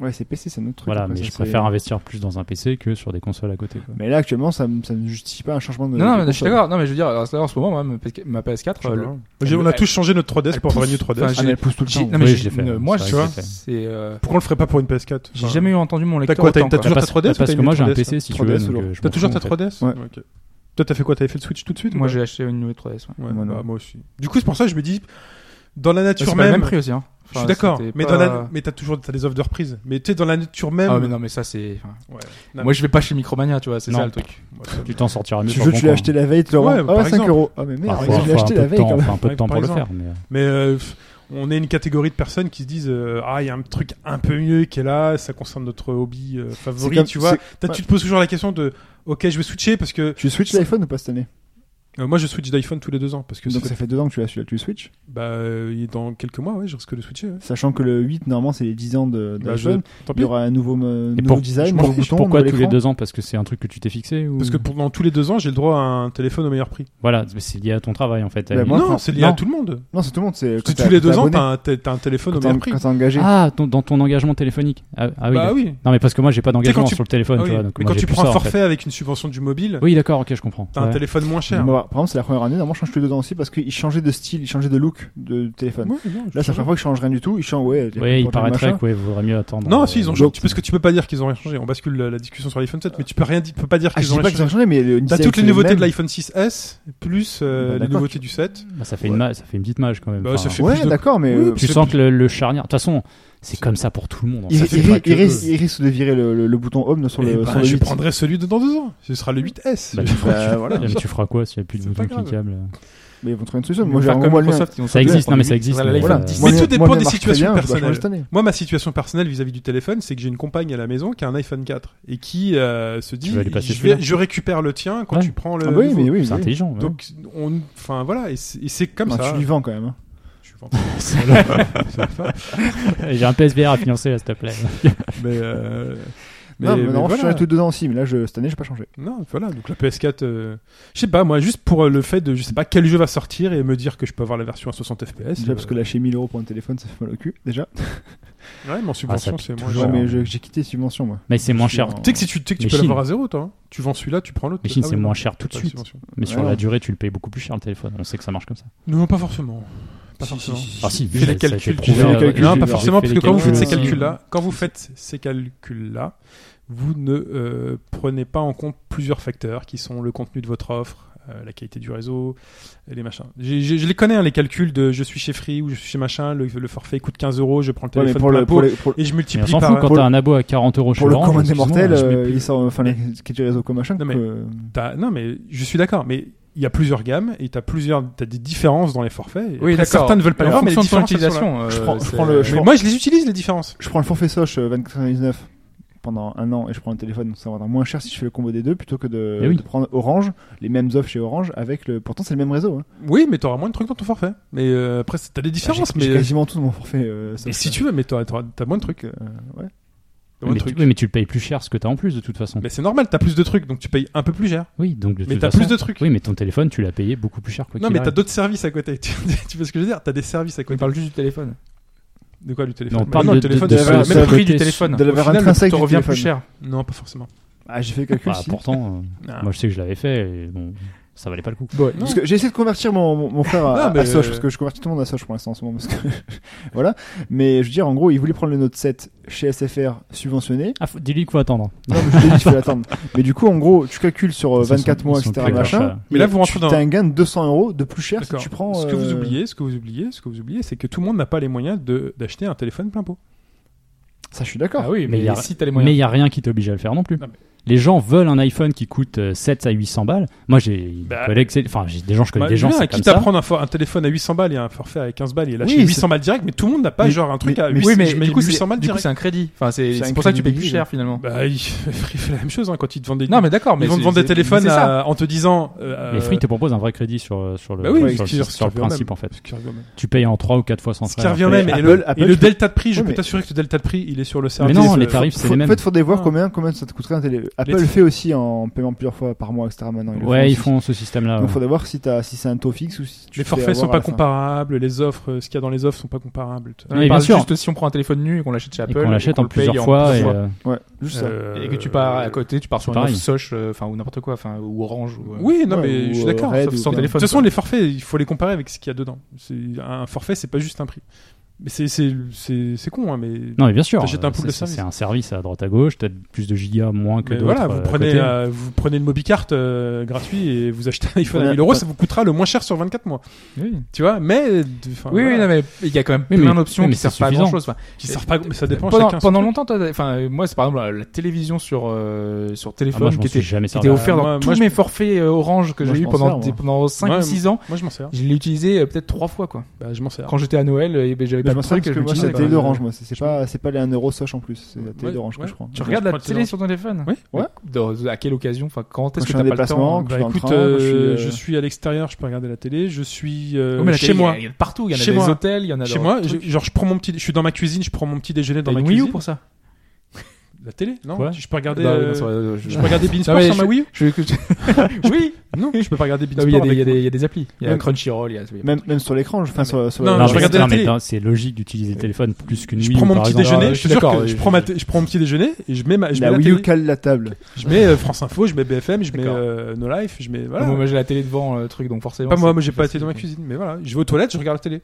Speaker 4: Ouais, c'est PC, c'est un autre truc.
Speaker 2: voilà,
Speaker 4: après,
Speaker 2: mais
Speaker 4: ça,
Speaker 2: je
Speaker 4: c'est-
Speaker 2: préfère investir plus dans un PC que sur des consoles à côté. Quoi.
Speaker 4: Mais là, actuellement, ça me ça me justifie pas un changement de.
Speaker 3: Non,
Speaker 4: de
Speaker 3: non, mais je suis
Speaker 4: console.
Speaker 3: d'accord. Non, mais je veux dire, alors, là, en ce moment, moi, ma PS4, ma PS4,
Speaker 1: Je sais
Speaker 3: euh,
Speaker 1: pas.
Speaker 3: le-
Speaker 1: J'ai- On a tous changé notre 3DS
Speaker 3: elle
Speaker 1: pour avoir une
Speaker 3: pousse.
Speaker 1: new 3DS.
Speaker 3: Enfin,
Speaker 4: Ah, mais elle pousse tout le
Speaker 3: j'ai-
Speaker 4: temps.
Speaker 3: non, mais
Speaker 2: Oui,
Speaker 3: j'ai-
Speaker 2: je l'ai fait.
Speaker 3: euh, Moi,
Speaker 2: C'est
Speaker 3: tu
Speaker 2: vrai
Speaker 3: vois,
Speaker 2: que je l'ai fait.
Speaker 3: c'est. euh,
Speaker 1: Pourquoi on le ferait pas pour une PS4
Speaker 3: J'ai
Speaker 1: Enfin,
Speaker 3: jamais eu entendu mon lecteur.
Speaker 1: quoi, t'as-
Speaker 3: autant,
Speaker 1: t'as
Speaker 3: quoi.
Speaker 1: toujours
Speaker 2: Parce-
Speaker 1: ta 3DS ou
Speaker 2: Parce
Speaker 1: t'as
Speaker 2: que
Speaker 1: une
Speaker 2: moi j'ai un
Speaker 1: 3DS,
Speaker 2: PC si tu
Speaker 4: 3DS
Speaker 2: veux.
Speaker 4: toujours.
Speaker 2: donc, euh, je
Speaker 1: T'as
Speaker 2: m'en
Speaker 1: toujours
Speaker 2: fous,
Speaker 1: ta
Speaker 2: en fait.
Speaker 1: 3DS
Speaker 4: Ouais.
Speaker 1: Ok. Toi, t'as fait quoi T'avais fait le Switch tout de suite ou
Speaker 3: Moi,
Speaker 1: pas
Speaker 3: j'ai acheté une nouvelle 3DS. ouais.
Speaker 1: Ouais,
Speaker 4: Moi, non.
Speaker 1: bah, moi aussi. Du coup, c'est pour ça que je me dis, dans la
Speaker 3: C'est
Speaker 1: nature
Speaker 3: pas le
Speaker 1: même.
Speaker 3: même prix aussi. hein.
Speaker 1: Je
Speaker 3: Enfin,
Speaker 1: suis d'accord,
Speaker 3: c'était
Speaker 1: mais
Speaker 3: pas-
Speaker 1: dans la, mais t'as toujours t'as des offres de reprise. Mais tu sais, dans la nature même.
Speaker 3: Ah, mais non, mais ça, c'est. enfin,
Speaker 1: Ouais. Non,
Speaker 3: Moi, je vais pas chez Micromania, tu vois, c'est
Speaker 2: Non.
Speaker 3: ça le truc.
Speaker 1: moi, ça me-
Speaker 2: Tu t'en sortiras mieux.
Speaker 4: Tu
Speaker 2: sur
Speaker 4: veux,
Speaker 2: le
Speaker 4: tu
Speaker 2: bon
Speaker 4: l'as
Speaker 2: coin.
Speaker 4: acheté la veille, tu le
Speaker 1: Ouais,
Speaker 4: rends. Ah
Speaker 1: par
Speaker 4: ouais, 5
Speaker 1: exemple.
Speaker 4: euros. Ah, mais merde,
Speaker 2: Parfois,
Speaker 4: je l'ai acheté
Speaker 2: faut un peu
Speaker 4: la
Speaker 2: de
Speaker 4: veille quand
Speaker 2: temps,
Speaker 4: même.
Speaker 2: faut un peu de
Speaker 1: Ouais,
Speaker 2: temps
Speaker 1: par
Speaker 2: pour le faire.
Speaker 1: exemple.
Speaker 2: mais, euh,
Speaker 1: Mais euh, pff, on est une catégorie de personnes qui se disent euh, ah il y a un truc un peu mieux qui est là, ça concerne notre hobby euh, favori,
Speaker 4: comme-
Speaker 1: tu vois.
Speaker 4: c'est-
Speaker 1: T'as- Tu te poses toujours la question de ok je vais switcher parce que
Speaker 4: Tu switches l'iPhone ou pas cette année
Speaker 1: euh, moi je switch d'iPhone tous les deux ans parce que
Speaker 4: Donc
Speaker 1: c'est-
Speaker 4: ça fait 2 ans que tu l'as celui-là, tu le switches.
Speaker 1: bah euh, il est dans quelques mois ouais je risque de switcher. ouais.
Speaker 4: Sachant que le 8, normalement, c'est les 10 ans de-
Speaker 1: Bah, je-
Speaker 4: d'iPhone.
Speaker 1: Tant
Speaker 4: Il y
Speaker 1: pis.
Speaker 4: aura un nouveau, euh,
Speaker 2: Et
Speaker 4: nouveau
Speaker 2: pour-
Speaker 4: design,
Speaker 1: je
Speaker 4: nouveau bouton.
Speaker 2: Pourquoi
Speaker 4: nouvel
Speaker 2: tous les
Speaker 4: écran.
Speaker 2: deux ans Parce que c'est un truc que tu t'es fixé ou...
Speaker 1: Parce que pendant tous les deux ans j'ai le droit à un téléphone au meilleur prix.
Speaker 2: Voilà, mais c'est lié à ton travail en fait. à
Speaker 4: Bah,
Speaker 2: la
Speaker 4: moi,
Speaker 2: limite.
Speaker 1: non
Speaker 4: quand-
Speaker 1: c'est lié
Speaker 4: non.
Speaker 1: à tout le monde.
Speaker 4: Non, c'est tout le monde. C'est
Speaker 1: C'est
Speaker 4: quand t'es-
Speaker 1: tous les
Speaker 4: quand t'es
Speaker 1: deux ans
Speaker 4: abonné,
Speaker 1: t'as un, t'as- t'as un téléphone
Speaker 4: quand
Speaker 1: au
Speaker 4: t'es en-
Speaker 1: meilleur prix.
Speaker 4: quand t'es engagé.
Speaker 2: Ah, ton- dans ton engagement téléphonique. Ah, ah oui.
Speaker 1: bah
Speaker 2: d'accord.
Speaker 1: oui.
Speaker 2: Non, mais parce que moi j'ai
Speaker 1: Tu sais,
Speaker 2: pas d'engagement
Speaker 1: quand tu-
Speaker 2: sur le téléphone.
Speaker 1: Ah
Speaker 2: tu
Speaker 1: oui.
Speaker 2: vois, donc
Speaker 1: mais
Speaker 2: moi,
Speaker 1: quand
Speaker 2: j'ai
Speaker 1: tu
Speaker 2: plus
Speaker 1: prends un
Speaker 2: ça, en fait.
Speaker 1: forfait avec une subvention du mobile,
Speaker 2: Oui, d'accord, ok, je comprends.
Speaker 1: t'as un
Speaker 2: Ouais.
Speaker 1: téléphone moins cher.
Speaker 4: Bon, bah, par exemple, c'est la première année. Normalement, je change tous les deux ans aussi parce qu'ils changeaient de style, ils changeaient de look de téléphone.
Speaker 1: Ouais, non, je
Speaker 4: Là, c'est
Speaker 1: sais
Speaker 4: la
Speaker 1: pas.
Speaker 4: première fois que je change rien du tout. Ils changent, ouais, les
Speaker 2: Oui, il
Speaker 4: portables, machin.
Speaker 2: paraîtrait que ouais, vaudrait mieux attendre.
Speaker 1: Non,
Speaker 2: euh,
Speaker 1: si ils ont
Speaker 2: le-
Speaker 1: changé. Tu- Parce que tu peux pas dire qu'ils ont rien changé. On bascule la, la discussion sur l'iPhone 7, mais tu peux rien, dire- tu peux pas dire
Speaker 4: Ah, je
Speaker 1: qu'ils
Speaker 4: dis
Speaker 1: ont
Speaker 4: pas
Speaker 1: rien
Speaker 4: qu'ils ont
Speaker 1: changé.
Speaker 4: changé, mais le
Speaker 1: T'as
Speaker 4: design,
Speaker 1: Bah, toutes les
Speaker 4: c'est le
Speaker 1: nouveautés
Speaker 4: même.
Speaker 1: de l'iPhone 6s plus euh,
Speaker 4: Bah,
Speaker 1: les
Speaker 4: d'accord.
Speaker 1: nouveautés du 7.
Speaker 2: bah, ça, fait une ma- ça fait une petite mage quand même.
Speaker 1: Bah, ça
Speaker 2: Enfin,
Speaker 1: fait plus
Speaker 4: Ouais,
Speaker 1: de-
Speaker 4: d'accord, mais.
Speaker 1: Oui,
Speaker 4: euh,
Speaker 1: puis
Speaker 2: Tu
Speaker 1: c'est-
Speaker 2: sens que le, le charnière. De toute façon, c'est comme ça pour tout le monde. hein.
Speaker 4: Ils
Speaker 2: Ça fait pas
Speaker 4: ils-
Speaker 2: que
Speaker 4: ils
Speaker 2: eux.
Speaker 4: risquent ils risquent de virer le, le- le bouton home sur
Speaker 1: Eh
Speaker 4: le,
Speaker 1: ben,
Speaker 4: sur le
Speaker 1: je
Speaker 4: 8.
Speaker 1: prendrai celui de dans deux ans. Ce sera le 8S.
Speaker 2: Bah,
Speaker 1: Je-
Speaker 2: tu
Speaker 4: Bah, voilà.
Speaker 2: Mais tu feras quoi s'il n'y a plus de
Speaker 1: C'est pas
Speaker 2: bouton
Speaker 1: grave.
Speaker 2: cliquable euh
Speaker 4: Mais ils vont trouver une solution.
Speaker 3: Ils
Speaker 4: Moi,
Speaker 3: vont
Speaker 4: j'ai
Speaker 3: faire
Speaker 4: un
Speaker 3: comme
Speaker 4: moyen.
Speaker 3: Microsoft, ils ont
Speaker 2: Ça
Speaker 3: sorti
Speaker 2: existe,
Speaker 3: la
Speaker 2: non mais ça
Speaker 3: 3DS.
Speaker 2: existe.
Speaker 3: Voilà,
Speaker 2: mais,
Speaker 3: l'iPhone
Speaker 2: euh,
Speaker 3: 10.
Speaker 1: Mais
Speaker 4: Moi,
Speaker 1: tout
Speaker 4: moi,
Speaker 1: dépend
Speaker 4: moi,
Speaker 1: des
Speaker 4: marche très
Speaker 1: situations
Speaker 4: bien, je vais changer
Speaker 1: personnelles.
Speaker 4: cette année.
Speaker 1: Moi, ma situation personnelle vis-à-vis du téléphone, c'est que j'ai une compagne à la maison qui a un iPhone 4 et qui euh, se dit
Speaker 2: vas lui passer
Speaker 1: je,
Speaker 2: celui-là.
Speaker 1: vais- je récupère le tien quand
Speaker 2: Ouais.
Speaker 1: tu prends le.
Speaker 4: Ah, bah oui,
Speaker 1: nouveau.
Speaker 4: mais oui,
Speaker 2: C'est
Speaker 4: mais oui.
Speaker 2: intelligent. ouais.
Speaker 1: Donc, on, enfin voilà, et c'est et c'est comme
Speaker 4: Enfin,
Speaker 1: ça.
Speaker 4: Tu lui vends quand même. hein.
Speaker 1: Je suis vendeur.
Speaker 2: J'ai un PSVR à financer là, s'il te plaît.
Speaker 1: mais, euh,
Speaker 4: Non, mais normalement, je
Speaker 1: voilà.
Speaker 4: change tous les deux ans aussi. Mais là, je- cette année, j'ai pas changé.
Speaker 1: Non, voilà, donc la PS4, euh, je sais pas, moi, juste pour euh, le fait de, je sais pas, quel jeu va sortir et me dire que je peux avoir la version à 60 FPS.
Speaker 4: Déjà parce que lâcher 1000 euros pour un téléphone, ça fait mal au cul, déjà.
Speaker 1: euh, ouais, mais en subvention,
Speaker 2: pique
Speaker 1: c'est moins
Speaker 2: Ah, toujours.
Speaker 4: Ouais,
Speaker 1: cher.
Speaker 4: mais je- j'ai quitté subvention, moi.
Speaker 2: Mais c'est moins cher.
Speaker 4: Je suis en-
Speaker 1: Tu sais que si tu, tu sais que tu
Speaker 2: Mais
Speaker 1: peux
Speaker 2: Chine.
Speaker 1: l'avoir à zéro, toi, hein. tu vends celui-là, tu prends l'autre.
Speaker 2: Mais Chine,
Speaker 1: Ah oui,
Speaker 2: c'est
Speaker 1: non,
Speaker 2: moins cher tout de
Speaker 1: pas
Speaker 2: suite.
Speaker 1: subvention.
Speaker 2: Mais sur
Speaker 4: Ouais,
Speaker 2: la
Speaker 4: non.
Speaker 2: durée, tu le payes beaucoup plus cher le téléphone. On sait que ça marche comme ça.
Speaker 1: Non, pas forcément. Pas
Speaker 5: Si,
Speaker 1: forcément.
Speaker 5: si, si, si.
Speaker 2: Ah si,
Speaker 1: Fais les
Speaker 2: ça a été
Speaker 1: calculs,
Speaker 4: tu
Speaker 2: prouvé,
Speaker 4: fais les
Speaker 2: euh,
Speaker 4: calculs,
Speaker 1: Non,
Speaker 4: j'ai
Speaker 1: pas
Speaker 4: fait
Speaker 1: forcément,
Speaker 2: j'ai
Speaker 1: parce
Speaker 2: fait
Speaker 1: que
Speaker 2: les
Speaker 1: quand vous faites ces
Speaker 2: calculs, euh,
Speaker 1: calculs-là, quand vous faites ces calculs-là, vous ne euh, prenez pas en compte plusieurs facteurs qui sont le contenu de votre offre, euh, la qualité du réseau, et les machins. J'ai- j'ai- je les connais, hein, les calculs de je suis chez Free ou je suis chez machin, le, le forfait coûte 15 euros, je prends le
Speaker 4: Ouais, mais
Speaker 1: téléphone
Speaker 4: pour
Speaker 1: plein
Speaker 4: le,
Speaker 1: pot
Speaker 4: pour les- pour-
Speaker 1: et je
Speaker 2: Mais on
Speaker 1: multiplie
Speaker 2: s'en fout
Speaker 1: par... euh,
Speaker 2: quand t'as un abo à 40 euros chez
Speaker 4: pour le
Speaker 2: Orange,
Speaker 4: commun des
Speaker 2: excuse-moi,
Speaker 4: mortels,
Speaker 2: je mets
Speaker 4: euh,
Speaker 2: plus-
Speaker 4: ils sortent, enfin, les qui du réseau comme machin.
Speaker 1: Non,
Speaker 4: donc,
Speaker 1: mais-
Speaker 4: euh,
Speaker 1: t'as- Non, mais je suis d'accord, mais il y a plusieurs gammes et t'as plusieurs, t'as des différences dans les forfaits. et
Speaker 3: Oui,
Speaker 1: après,
Speaker 3: d'accord.
Speaker 1: certains ne veulent pas
Speaker 3: Mais
Speaker 1: les
Speaker 3: en
Speaker 1: voir, mais les
Speaker 3: fonction de ton
Speaker 1: différences, elles sont là.
Speaker 3: utilisation. euh,
Speaker 4: Je prends- je
Speaker 3: c'est-
Speaker 4: prends le- je
Speaker 1: Mais
Speaker 4: prends-
Speaker 1: moi, je les utilise, les différences.
Speaker 4: Je prends le forfait Soch euh, 24,99 pendant un an et je prends un téléphone, donc ça va être moins cher si je fais le combo des deux plutôt que de,
Speaker 2: Eh oui.
Speaker 4: de prendre Orange, les mêmes offres chez Orange avec le. Pourtant, c'est le même réseau. Hein.
Speaker 1: Oui, mais t'auras moins de trucs dans ton forfait. Mais euh, après, t'as des
Speaker 4: J'ai
Speaker 1: différences,
Speaker 4: j'ai
Speaker 1: mais...
Speaker 4: quasiment tout de mon forfait. euh,
Speaker 1: Et
Speaker 4: Soch,
Speaker 1: si
Speaker 4: euh,
Speaker 1: tu veux, mais t'auras- t'auras- t'as moins de trucs.
Speaker 4: donc, euh, ouais.
Speaker 1: T'as moins
Speaker 2: Mais
Speaker 1: de
Speaker 2: tu,
Speaker 1: trucs.
Speaker 2: oui, mais tu le payes plus cher ce que t'as en plus de toute façon.
Speaker 1: Mais c'est normal, t'as plus de trucs, donc tu payes un peu plus cher.
Speaker 2: Oui, donc de
Speaker 1: Mais
Speaker 2: toute
Speaker 1: t'as
Speaker 2: façon-
Speaker 1: plus de trucs.
Speaker 2: Oui, mais ton téléphone, tu l'as payé beaucoup plus cher quoi
Speaker 1: non,
Speaker 2: qu'il
Speaker 1: mais t'as
Speaker 2: arrive.
Speaker 1: d'autres services à côté. tu tu vois ce que je veux dire T'as des services à
Speaker 3: On
Speaker 1: côté.
Speaker 3: parle juste du téléphone.
Speaker 1: De quoi du téléphone
Speaker 2: Non, on
Speaker 1: Bah
Speaker 2: parle
Speaker 1: non, le
Speaker 2: de- de-
Speaker 1: téléphone,
Speaker 2: de
Speaker 1: c'est
Speaker 2: ce-
Speaker 1: le
Speaker 3: le
Speaker 1: même
Speaker 2: ce-
Speaker 1: prix.
Speaker 3: prix du
Speaker 2: côté-
Speaker 3: téléphone.
Speaker 4: de la
Speaker 3: Au
Speaker 4: valeur
Speaker 3: final,
Speaker 4: intrinsèque
Speaker 3: te
Speaker 4: du
Speaker 3: revient plus
Speaker 4: téléphone.
Speaker 3: cher.
Speaker 1: Non, pas forcément.
Speaker 4: Ah, j'ai fait le calcul.
Speaker 2: Bah,
Speaker 4: si.
Speaker 2: pourtant, euh,
Speaker 1: Ah.
Speaker 2: moi je sais que je l'avais fait et bon, ça valait pas le coup.
Speaker 3: Bon,
Speaker 1: Non.
Speaker 4: Parce que j'ai essayé de convertir mon, mon, mon frère
Speaker 1: Ah,
Speaker 4: à,
Speaker 1: mais-
Speaker 4: à Soch, parce que je convertis tout le monde à Soch pour l'instant en ce moment, parce que voilà. Mais je veux dire, en gros, il voulait prendre le Note 7 chez SFR subventionné.
Speaker 2: Ah, faut- dis-lui qu'il faut attendre.
Speaker 4: Non, mais je t'ai dit, il faut l'attendre. Mais du coup, en gros, tu calcules sur euh,
Speaker 2: Ça,
Speaker 4: 24
Speaker 2: ils sont-
Speaker 4: mois,
Speaker 2: ils sont
Speaker 4: etc.
Speaker 2: très
Speaker 4: Machin.
Speaker 2: grincheux.
Speaker 1: Mais là,
Speaker 4: Et
Speaker 1: vous rentrez
Speaker 4: tu-
Speaker 1: dans-
Speaker 4: T'as un gain de 200 euros de plus cher si
Speaker 1: D'accord.
Speaker 4: tu prends.
Speaker 1: Ce que vous
Speaker 4: euh,
Speaker 1: oubliez, ce que vous oubliez, ce que vous oubliez, c'est que tout le monde n'a pas les moyens de- d'acheter un téléphone plein pot.
Speaker 4: Ça, je suis d'accord.
Speaker 3: Ah oui,
Speaker 2: Mais il y
Speaker 3: mais
Speaker 2: a-
Speaker 3: si t'as les
Speaker 2: Mais il
Speaker 3: moyens.
Speaker 2: n'y a rien qui t'oblige à le faire non plus.
Speaker 1: Non, mais-
Speaker 2: Les gens veulent un iPhone qui coûte euh, 7 à 800 balles. Moi, j'ai
Speaker 1: Bah,
Speaker 2: collègues, c'est- enfin, j'ai des gens, je connais
Speaker 1: Bah,
Speaker 2: des gens,
Speaker 1: bien,
Speaker 2: c'est comme
Speaker 1: quitte
Speaker 2: ça.
Speaker 1: à prendre un, for- un téléphone à 800 balles et un forfait à 15 balles et lâcher
Speaker 4: Oui,
Speaker 1: 800 balles direct, mais tout le monde n'a pas
Speaker 4: Mais-
Speaker 1: genre un truc
Speaker 4: mais-
Speaker 1: à 800,
Speaker 4: mais-
Speaker 3: Oui, mais
Speaker 1: je mets
Speaker 3: du coup,
Speaker 1: 800
Speaker 3: c'est-
Speaker 1: balles
Speaker 3: du coup,
Speaker 1: direct.
Speaker 3: c'est un crédit. Enfin, c'est
Speaker 4: C'est
Speaker 3: c'est
Speaker 4: un
Speaker 3: pour ça que tu payes
Speaker 4: crédit,
Speaker 3: plus cher finalement.
Speaker 1: Bah, il fait la même chose hein, quand ils te vendent des.
Speaker 3: Non, mais d'accord, mais
Speaker 1: ils vont te
Speaker 3: c'est-
Speaker 1: vendre des
Speaker 3: c'est-
Speaker 1: téléphones
Speaker 3: c'est ça.
Speaker 1: à- en te disant. euh,
Speaker 2: Les Free te proposent un vrai crédit sur, euh, sur le,
Speaker 1: Bah oui,
Speaker 2: sur
Speaker 1: ce
Speaker 2: le-
Speaker 1: qui-
Speaker 2: sur
Speaker 1: ce qui
Speaker 2: sur le
Speaker 1: revient au
Speaker 2: principe,
Speaker 1: même.
Speaker 2: en fait.
Speaker 1: ce qui revient au même.
Speaker 2: Tu payes en 3 ou 4 fois sans
Speaker 1: Ce qui
Speaker 2: frais,
Speaker 1: revient au
Speaker 2: après.
Speaker 1: même. Et
Speaker 4: Apple-
Speaker 1: le,
Speaker 4: Apple,
Speaker 1: et le
Speaker 4: je peux-
Speaker 1: delta de prix, je
Speaker 4: Oui,
Speaker 1: peux
Speaker 4: mais-
Speaker 1: t'assurer que le delta de prix, il est sur le
Speaker 2: Mais
Speaker 1: service.
Speaker 2: non,
Speaker 1: euh,
Speaker 2: les tarifs, c'est
Speaker 4: Faut-
Speaker 2: les mêmes.
Speaker 4: En fait, faudrait voir
Speaker 1: Ah.
Speaker 4: combien, combien ça te coûterait un télé. Apple
Speaker 1: trucs.
Speaker 4: fait aussi en paiement plusieurs fois par mois, etc. Maintenant, ils le
Speaker 2: Ouais, ils
Speaker 4: aussi.
Speaker 2: font ce système-là.
Speaker 4: Donc,
Speaker 2: ouais.
Speaker 4: faudrait voir si, t'as- si c'est un taux fixe ou si tu
Speaker 1: Les
Speaker 4: te fais
Speaker 1: forfaits
Speaker 4: avoir
Speaker 1: sont
Speaker 4: hein. à
Speaker 1: pas
Speaker 4: la fin.
Speaker 1: comparables, les offres, euh, ce qu'il y a dans les offres sont pas comparables.
Speaker 3: On
Speaker 2: Oui, bien
Speaker 3: parle
Speaker 2: sûr.
Speaker 3: Juste si on prend un téléphone nu et qu'on l'achète chez Apple.
Speaker 2: Et qu'on l'achète
Speaker 3: qu'on
Speaker 2: en
Speaker 3: le paye
Speaker 2: plusieurs fois. et,
Speaker 3: plusieurs
Speaker 2: euh,
Speaker 4: Ouais, juste ça.
Speaker 1: Euh,
Speaker 3: Et que tu pars à côté, tu pars sur une
Speaker 2: pareil.
Speaker 3: offre Soch, euh, enfin, ou n'importe quoi, enfin, ou Orange, ou. euh,
Speaker 1: Oui, non, mais
Speaker 4: Ouais, ou,
Speaker 1: je suis
Speaker 4: euh,
Speaker 1: d'accord.
Speaker 4: Red
Speaker 1: sauf
Speaker 4: ou
Speaker 1: sans
Speaker 4: bien.
Speaker 1: téléphone. De toute façon,
Speaker 3: quoi.
Speaker 1: les forfaits, il faut les comparer avec ce qu'il y a dedans. C'est- Un forfait, c'est pas juste un prix. Mais c'est c'est- c'est- c'est con, hein, mais.
Speaker 2: Non, mais bien sûr.
Speaker 1: T'achètes un
Speaker 2: euh,
Speaker 1: pool de
Speaker 2: c'est- c'est-
Speaker 1: service.
Speaker 2: C'est un service à droite à gauche, t'as plus de gigas moins que
Speaker 1: Mais
Speaker 2: d'autres.
Speaker 1: voilà, vous
Speaker 2: euh, à
Speaker 1: prenez,
Speaker 2: côté.
Speaker 1: euh, vous prenez le Mobicart euh, gratuit et vous achetez un iPhone à
Speaker 4: Ouais,
Speaker 1: 1000 euros,
Speaker 4: pas-
Speaker 1: ça vous coûtera le moins cher sur 24 mois.
Speaker 3: Oui,
Speaker 1: Tu vois, mais. euh, de- enfin,
Speaker 3: oui,
Speaker 1: voilà,
Speaker 3: oui, non, mais il y a quand même
Speaker 2: Oui,
Speaker 3: plein
Speaker 2: mais-
Speaker 3: d'options
Speaker 2: oui, mais
Speaker 3: qui servent
Speaker 2: c'est
Speaker 3: pas à
Speaker 2: suffisant.
Speaker 3: grand chose.
Speaker 1: qui sert pas- mais ça dépend
Speaker 3: pendant,
Speaker 1: chacun. son
Speaker 3: pendant
Speaker 1: truc.
Speaker 3: longtemps, t'as- enfin, moi, c'est par exemple la, la télévision sur, euh, sur
Speaker 2: Ah,
Speaker 3: téléphone
Speaker 2: moi, je m'en
Speaker 3: qui
Speaker 2: suis
Speaker 3: était,
Speaker 2: jamais
Speaker 3: qui
Speaker 2: servi.
Speaker 3: était offerte dans
Speaker 1: moi,
Speaker 3: tous
Speaker 1: moi, je-
Speaker 3: mes forfaits euh, Orange que
Speaker 4: Moi,
Speaker 3: j'ai
Speaker 4: je
Speaker 3: eu
Speaker 4: m'en
Speaker 3: pendant,
Speaker 4: sers,
Speaker 3: des-
Speaker 4: moi.
Speaker 3: pendant 5
Speaker 1: Ouais,
Speaker 3: ou 6 ans.
Speaker 1: Moi, je m'en sers.
Speaker 3: Je l'ai utilisé euh, peut-être 3 fois, quoi.
Speaker 1: Bah, je m'en sers.
Speaker 3: Quand j'étais à Noël, euh, ben, j'avais
Speaker 4: Mais
Speaker 3: pas
Speaker 4: je
Speaker 3: de
Speaker 4: m'en sers
Speaker 3: truc.
Speaker 4: parce que
Speaker 3: je
Speaker 4: moi, c'est
Speaker 3: disais,
Speaker 4: la télé
Speaker 3: bah,
Speaker 4: d'Orange, moi. C'est c'est pas, c'est pas les 1 euro Soch en plus. C'est la télé
Speaker 1: Ouais,
Speaker 4: d'Orange
Speaker 1: ouais.
Speaker 4: que je prends.
Speaker 1: Tu
Speaker 3: Tu regardes
Speaker 1: Je
Speaker 3: la
Speaker 1: prends le
Speaker 3: télé sur ton téléphone
Speaker 1: Oui.
Speaker 4: Ouais.
Speaker 3: Dans- à quelle occasion Enfin, quand
Speaker 4: Quand
Speaker 3: est-ce que
Speaker 4: je suis en
Speaker 3: t'as pas le
Speaker 4: déplacement,
Speaker 3: temps
Speaker 4: que
Speaker 1: Bah,
Speaker 4: je suis en
Speaker 1: écoute,
Speaker 4: train, quand je suis,
Speaker 1: euh,
Speaker 4: euh,
Speaker 1: je suis à l'extérieur, je peux regarder la télé, je suis
Speaker 3: Oh,
Speaker 1: euh,
Speaker 3: mais la
Speaker 1: chez
Speaker 3: télé,
Speaker 1: moi.
Speaker 3: il y a- il y a partout. Il y en a
Speaker 1: Chez
Speaker 3: dans les
Speaker 1: moi.
Speaker 3: hôtels, il y en a
Speaker 1: Chez
Speaker 3: dans-
Speaker 1: moi,
Speaker 3: trucs.
Speaker 1: je, genre je prends mon petit, je suis dans ma cuisine, je prends mon petit déjeuner dans
Speaker 3: T'as
Speaker 1: ma
Speaker 3: une Wii
Speaker 1: cuisine.
Speaker 3: U pour ça
Speaker 1: La télé Non,
Speaker 2: Ouais.
Speaker 1: je peux regarder.
Speaker 3: Bah,
Speaker 1: euh,
Speaker 3: non, ça va, euh, je-
Speaker 1: je peux regarder
Speaker 3: Non,
Speaker 1: Beansport
Speaker 3: mais
Speaker 1: sur ma
Speaker 3: je-
Speaker 1: Wii U
Speaker 3: je- je- Oui
Speaker 1: Non, je peux pas regarder
Speaker 3: Non,
Speaker 1: Beansport.
Speaker 3: mais il y a des-
Speaker 1: avec-
Speaker 3: il y, a des- il y a des applis. Il y a
Speaker 4: Même-
Speaker 3: Crunchyroll, il y a. il y a-
Speaker 4: Même, même sur l'écran, je- enfin, sur, sur
Speaker 1: Non,
Speaker 4: la-
Speaker 1: mais
Speaker 2: Non,
Speaker 1: je
Speaker 2: mais-
Speaker 1: regardais la
Speaker 2: non, mais
Speaker 1: télé.
Speaker 2: attends, C'est logique d'utiliser le téléphone plus qu'une
Speaker 1: Je
Speaker 2: Wii,
Speaker 1: prends mon
Speaker 2: par
Speaker 1: petit
Speaker 2: exemple.
Speaker 1: déjeuner,
Speaker 3: Ah,
Speaker 1: je, te
Speaker 3: je suis
Speaker 1: jure
Speaker 3: d'accord,
Speaker 1: que je
Speaker 3: oui,
Speaker 1: prends
Speaker 3: je-
Speaker 1: ma t- je prends mon petit déjeuner et je mets ma je
Speaker 4: la
Speaker 1: mets
Speaker 4: Wii
Speaker 1: télé.
Speaker 4: U cale la table.
Speaker 1: Je mets euh, France Info, je mets BFM, je mets
Speaker 3: D'accord.
Speaker 1: euh, No Life, je mets voilà.
Speaker 3: Moi, moi, j'ai la télé devant le truc, donc forcément.
Speaker 1: pas moi,
Speaker 3: c'est
Speaker 1: moi j'ai
Speaker 3: plus
Speaker 1: pas été
Speaker 3: facile,
Speaker 1: dans ma
Speaker 3: quoi.
Speaker 1: cuisine, mais voilà, je vais aux toilettes, je regarde la télé.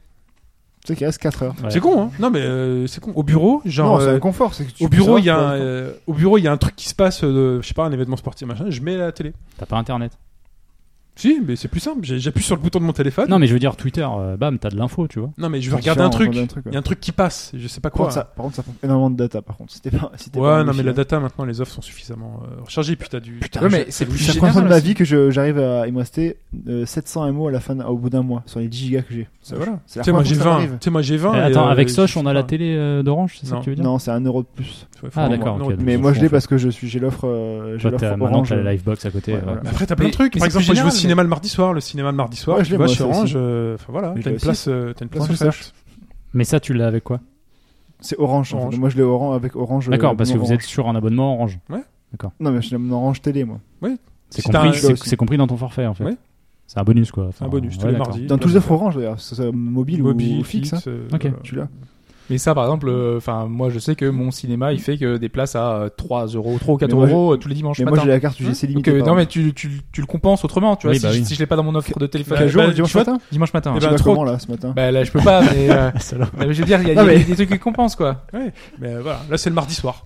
Speaker 4: Tu sais qu'il reste 4 heures.
Speaker 2: Ouais.
Speaker 1: C'est con hein. Non mais euh, c'est con. Au bureau, genre
Speaker 4: Non, c'est
Speaker 1: euh,
Speaker 4: un confort. c'est que tu
Speaker 1: au
Speaker 4: peux
Speaker 1: bureau,
Speaker 4: savoir
Speaker 1: il y a un,
Speaker 4: quoi.
Speaker 1: euh, au bureau, il y a un truc qui se passe euh, de- je sais pas un événement sportif machin, je mets la télé.
Speaker 2: T'as pas internet.
Speaker 1: Si, mais c'est plus simple, j'ai- j'appuie sur le bouton de mon téléphone.
Speaker 2: Non, mais je veux dire, Twitter, euh, bam, t'as de l'info, tu vois.
Speaker 1: Non, mais je vais
Speaker 4: C'est
Speaker 1: regarder un
Speaker 4: différent,
Speaker 1: truc.
Speaker 4: regarder un truc, ouais.
Speaker 1: Il y a un truc qui passe, je sais pas
Speaker 4: Par
Speaker 1: quoi.
Speaker 4: contre, ça- par contre, ça prend énormément de data. Par contre, c'était pas. si t'es pas
Speaker 1: Ouais, non, mais
Speaker 4: anglophile.
Speaker 1: la data maintenant, les offres sont suffisamment euh, rechargées. Puis t'as du.
Speaker 4: Putain,
Speaker 3: Ouais,
Speaker 4: je-
Speaker 3: mais c'est plus
Speaker 4: C'est la première fois de ma
Speaker 3: général
Speaker 4: vie que je- j'arrive à. Il me restait euh, 700 MO à la fin, au bout d'un mois, sur les 10 gigas que j'ai.
Speaker 1: Ça, voilà.
Speaker 4: C'est
Speaker 1: Tu
Speaker 4: la
Speaker 1: sais, moi j'ai
Speaker 4: première fois
Speaker 1: 20.
Speaker 4: que ça
Speaker 1: Tu
Speaker 4: m'arrive.
Speaker 1: sais, moi j'ai 20.
Speaker 2: Eh,
Speaker 1: et,
Speaker 2: attends,
Speaker 1: euh,
Speaker 2: avec
Speaker 1: je
Speaker 2: Soch,
Speaker 1: sais
Speaker 2: on a la
Speaker 1: pas.
Speaker 2: télé euh, d'Orange, c'est ça
Speaker 1: Non.
Speaker 2: que tu veux dire
Speaker 4: Non, c'est un euro de plus.
Speaker 1: Ouais, faut
Speaker 2: Ah,
Speaker 1: vraiment-
Speaker 2: d'accord,
Speaker 1: non,
Speaker 2: ok,
Speaker 1: mais-
Speaker 2: donc-
Speaker 4: Mais
Speaker 2: s'en
Speaker 4: moi, je
Speaker 2: fout,
Speaker 4: l'ai
Speaker 2: en fait.
Speaker 4: parce que je suis, j'ai l'offre, euh, j'ai
Speaker 2: Toi, t'as-
Speaker 4: l'offre
Speaker 2: maintenant,
Speaker 4: orange.
Speaker 2: t'as la Livebox à côté.
Speaker 4: Ouais,
Speaker 2: euh,
Speaker 4: voilà.
Speaker 1: Mais Après, t'as Ah, plein de
Speaker 3: Mais-
Speaker 1: trucs.
Speaker 3: mais
Speaker 1: Par
Speaker 3: c'est
Speaker 1: exemple, moi
Speaker 3: plus
Speaker 1: je vais au
Speaker 3: général,
Speaker 1: cinéma le mardi soir. Le cinéma le mardi soir,
Speaker 4: Ouais, je
Speaker 1: tu
Speaker 4: l'ai,
Speaker 1: vas
Speaker 4: moi,
Speaker 1: chez
Speaker 4: ça aussi.
Speaker 1: Orange. euh, Enfin voilà,
Speaker 4: Mais je
Speaker 1: t'as
Speaker 4: l'ai
Speaker 1: une
Speaker 4: aussi.
Speaker 1: place euh, t'as une place
Speaker 4: Orange
Speaker 1: offerte.
Speaker 2: Mais ça, tu l'as avec quoi
Speaker 4: C'est orange. en fait.
Speaker 1: Orange.
Speaker 4: Moi, je l'ai orange avec orange. euh,
Speaker 2: D'accord, parce que
Speaker 4: non
Speaker 2: vous
Speaker 4: orange.
Speaker 2: êtes sur un abonnement Orange.
Speaker 4: Non, mais je suis un orange télé, moi.
Speaker 2: C'est
Speaker 1: Si t'as un-
Speaker 2: compris, c'est-
Speaker 4: Ouais, aussi.
Speaker 2: c'est compris dans ton forfait, en
Speaker 1: Ouais.
Speaker 2: fait. C'est un bonus, quoi. Enfin,
Speaker 1: un bonus, tous
Speaker 2: ouais,
Speaker 1: les
Speaker 2: d'accord.
Speaker 1: mardis.
Speaker 4: Ah, Dans tous les offres orange, d'ailleurs. que ce soit mobile, ou fixe. hein.
Speaker 1: euh,
Speaker 2: Ok.
Speaker 1: voilà.
Speaker 4: Tu l'as.
Speaker 3: Mais ça, par exemple, euh, enfin, moi, je sais que mon cinéma, il fait que des places à euh, 3 euros, 3 ou 4
Speaker 4: Mais moi,
Speaker 3: euros euh, tous les dimanches
Speaker 4: Mais moi,
Speaker 3: matin.
Speaker 4: j'ai la carte UGC
Speaker 3: Donc,
Speaker 4: limitée.
Speaker 3: euh,
Speaker 4: par-
Speaker 3: non, mais tu, tu, tu le compenses autrement, tu vois.
Speaker 2: Oui,
Speaker 3: si,
Speaker 2: bah
Speaker 3: je-
Speaker 2: oui.
Speaker 3: si je l'ai pas dans mon offre de téléphone,
Speaker 4: Quel
Speaker 1: Bah,
Speaker 4: jour,
Speaker 1: bah,
Speaker 4: le dimanche
Speaker 1: tu vois,
Speaker 4: matin
Speaker 3: dimanche matin.
Speaker 1: Eh
Speaker 4: Je
Speaker 1: ben,
Speaker 4: sais pas
Speaker 1: trop-
Speaker 4: comment, là, ce matin.
Speaker 3: Bah là, je peux pas, mais, euh,
Speaker 2: Salaud.
Speaker 3: mais je veux dire, il y, a- il y
Speaker 4: Non,
Speaker 3: a
Speaker 4: mais-
Speaker 3: des- des trucs qui compensent, quoi.
Speaker 1: Ouais, mais euh, voilà, là c'est le mardi soir.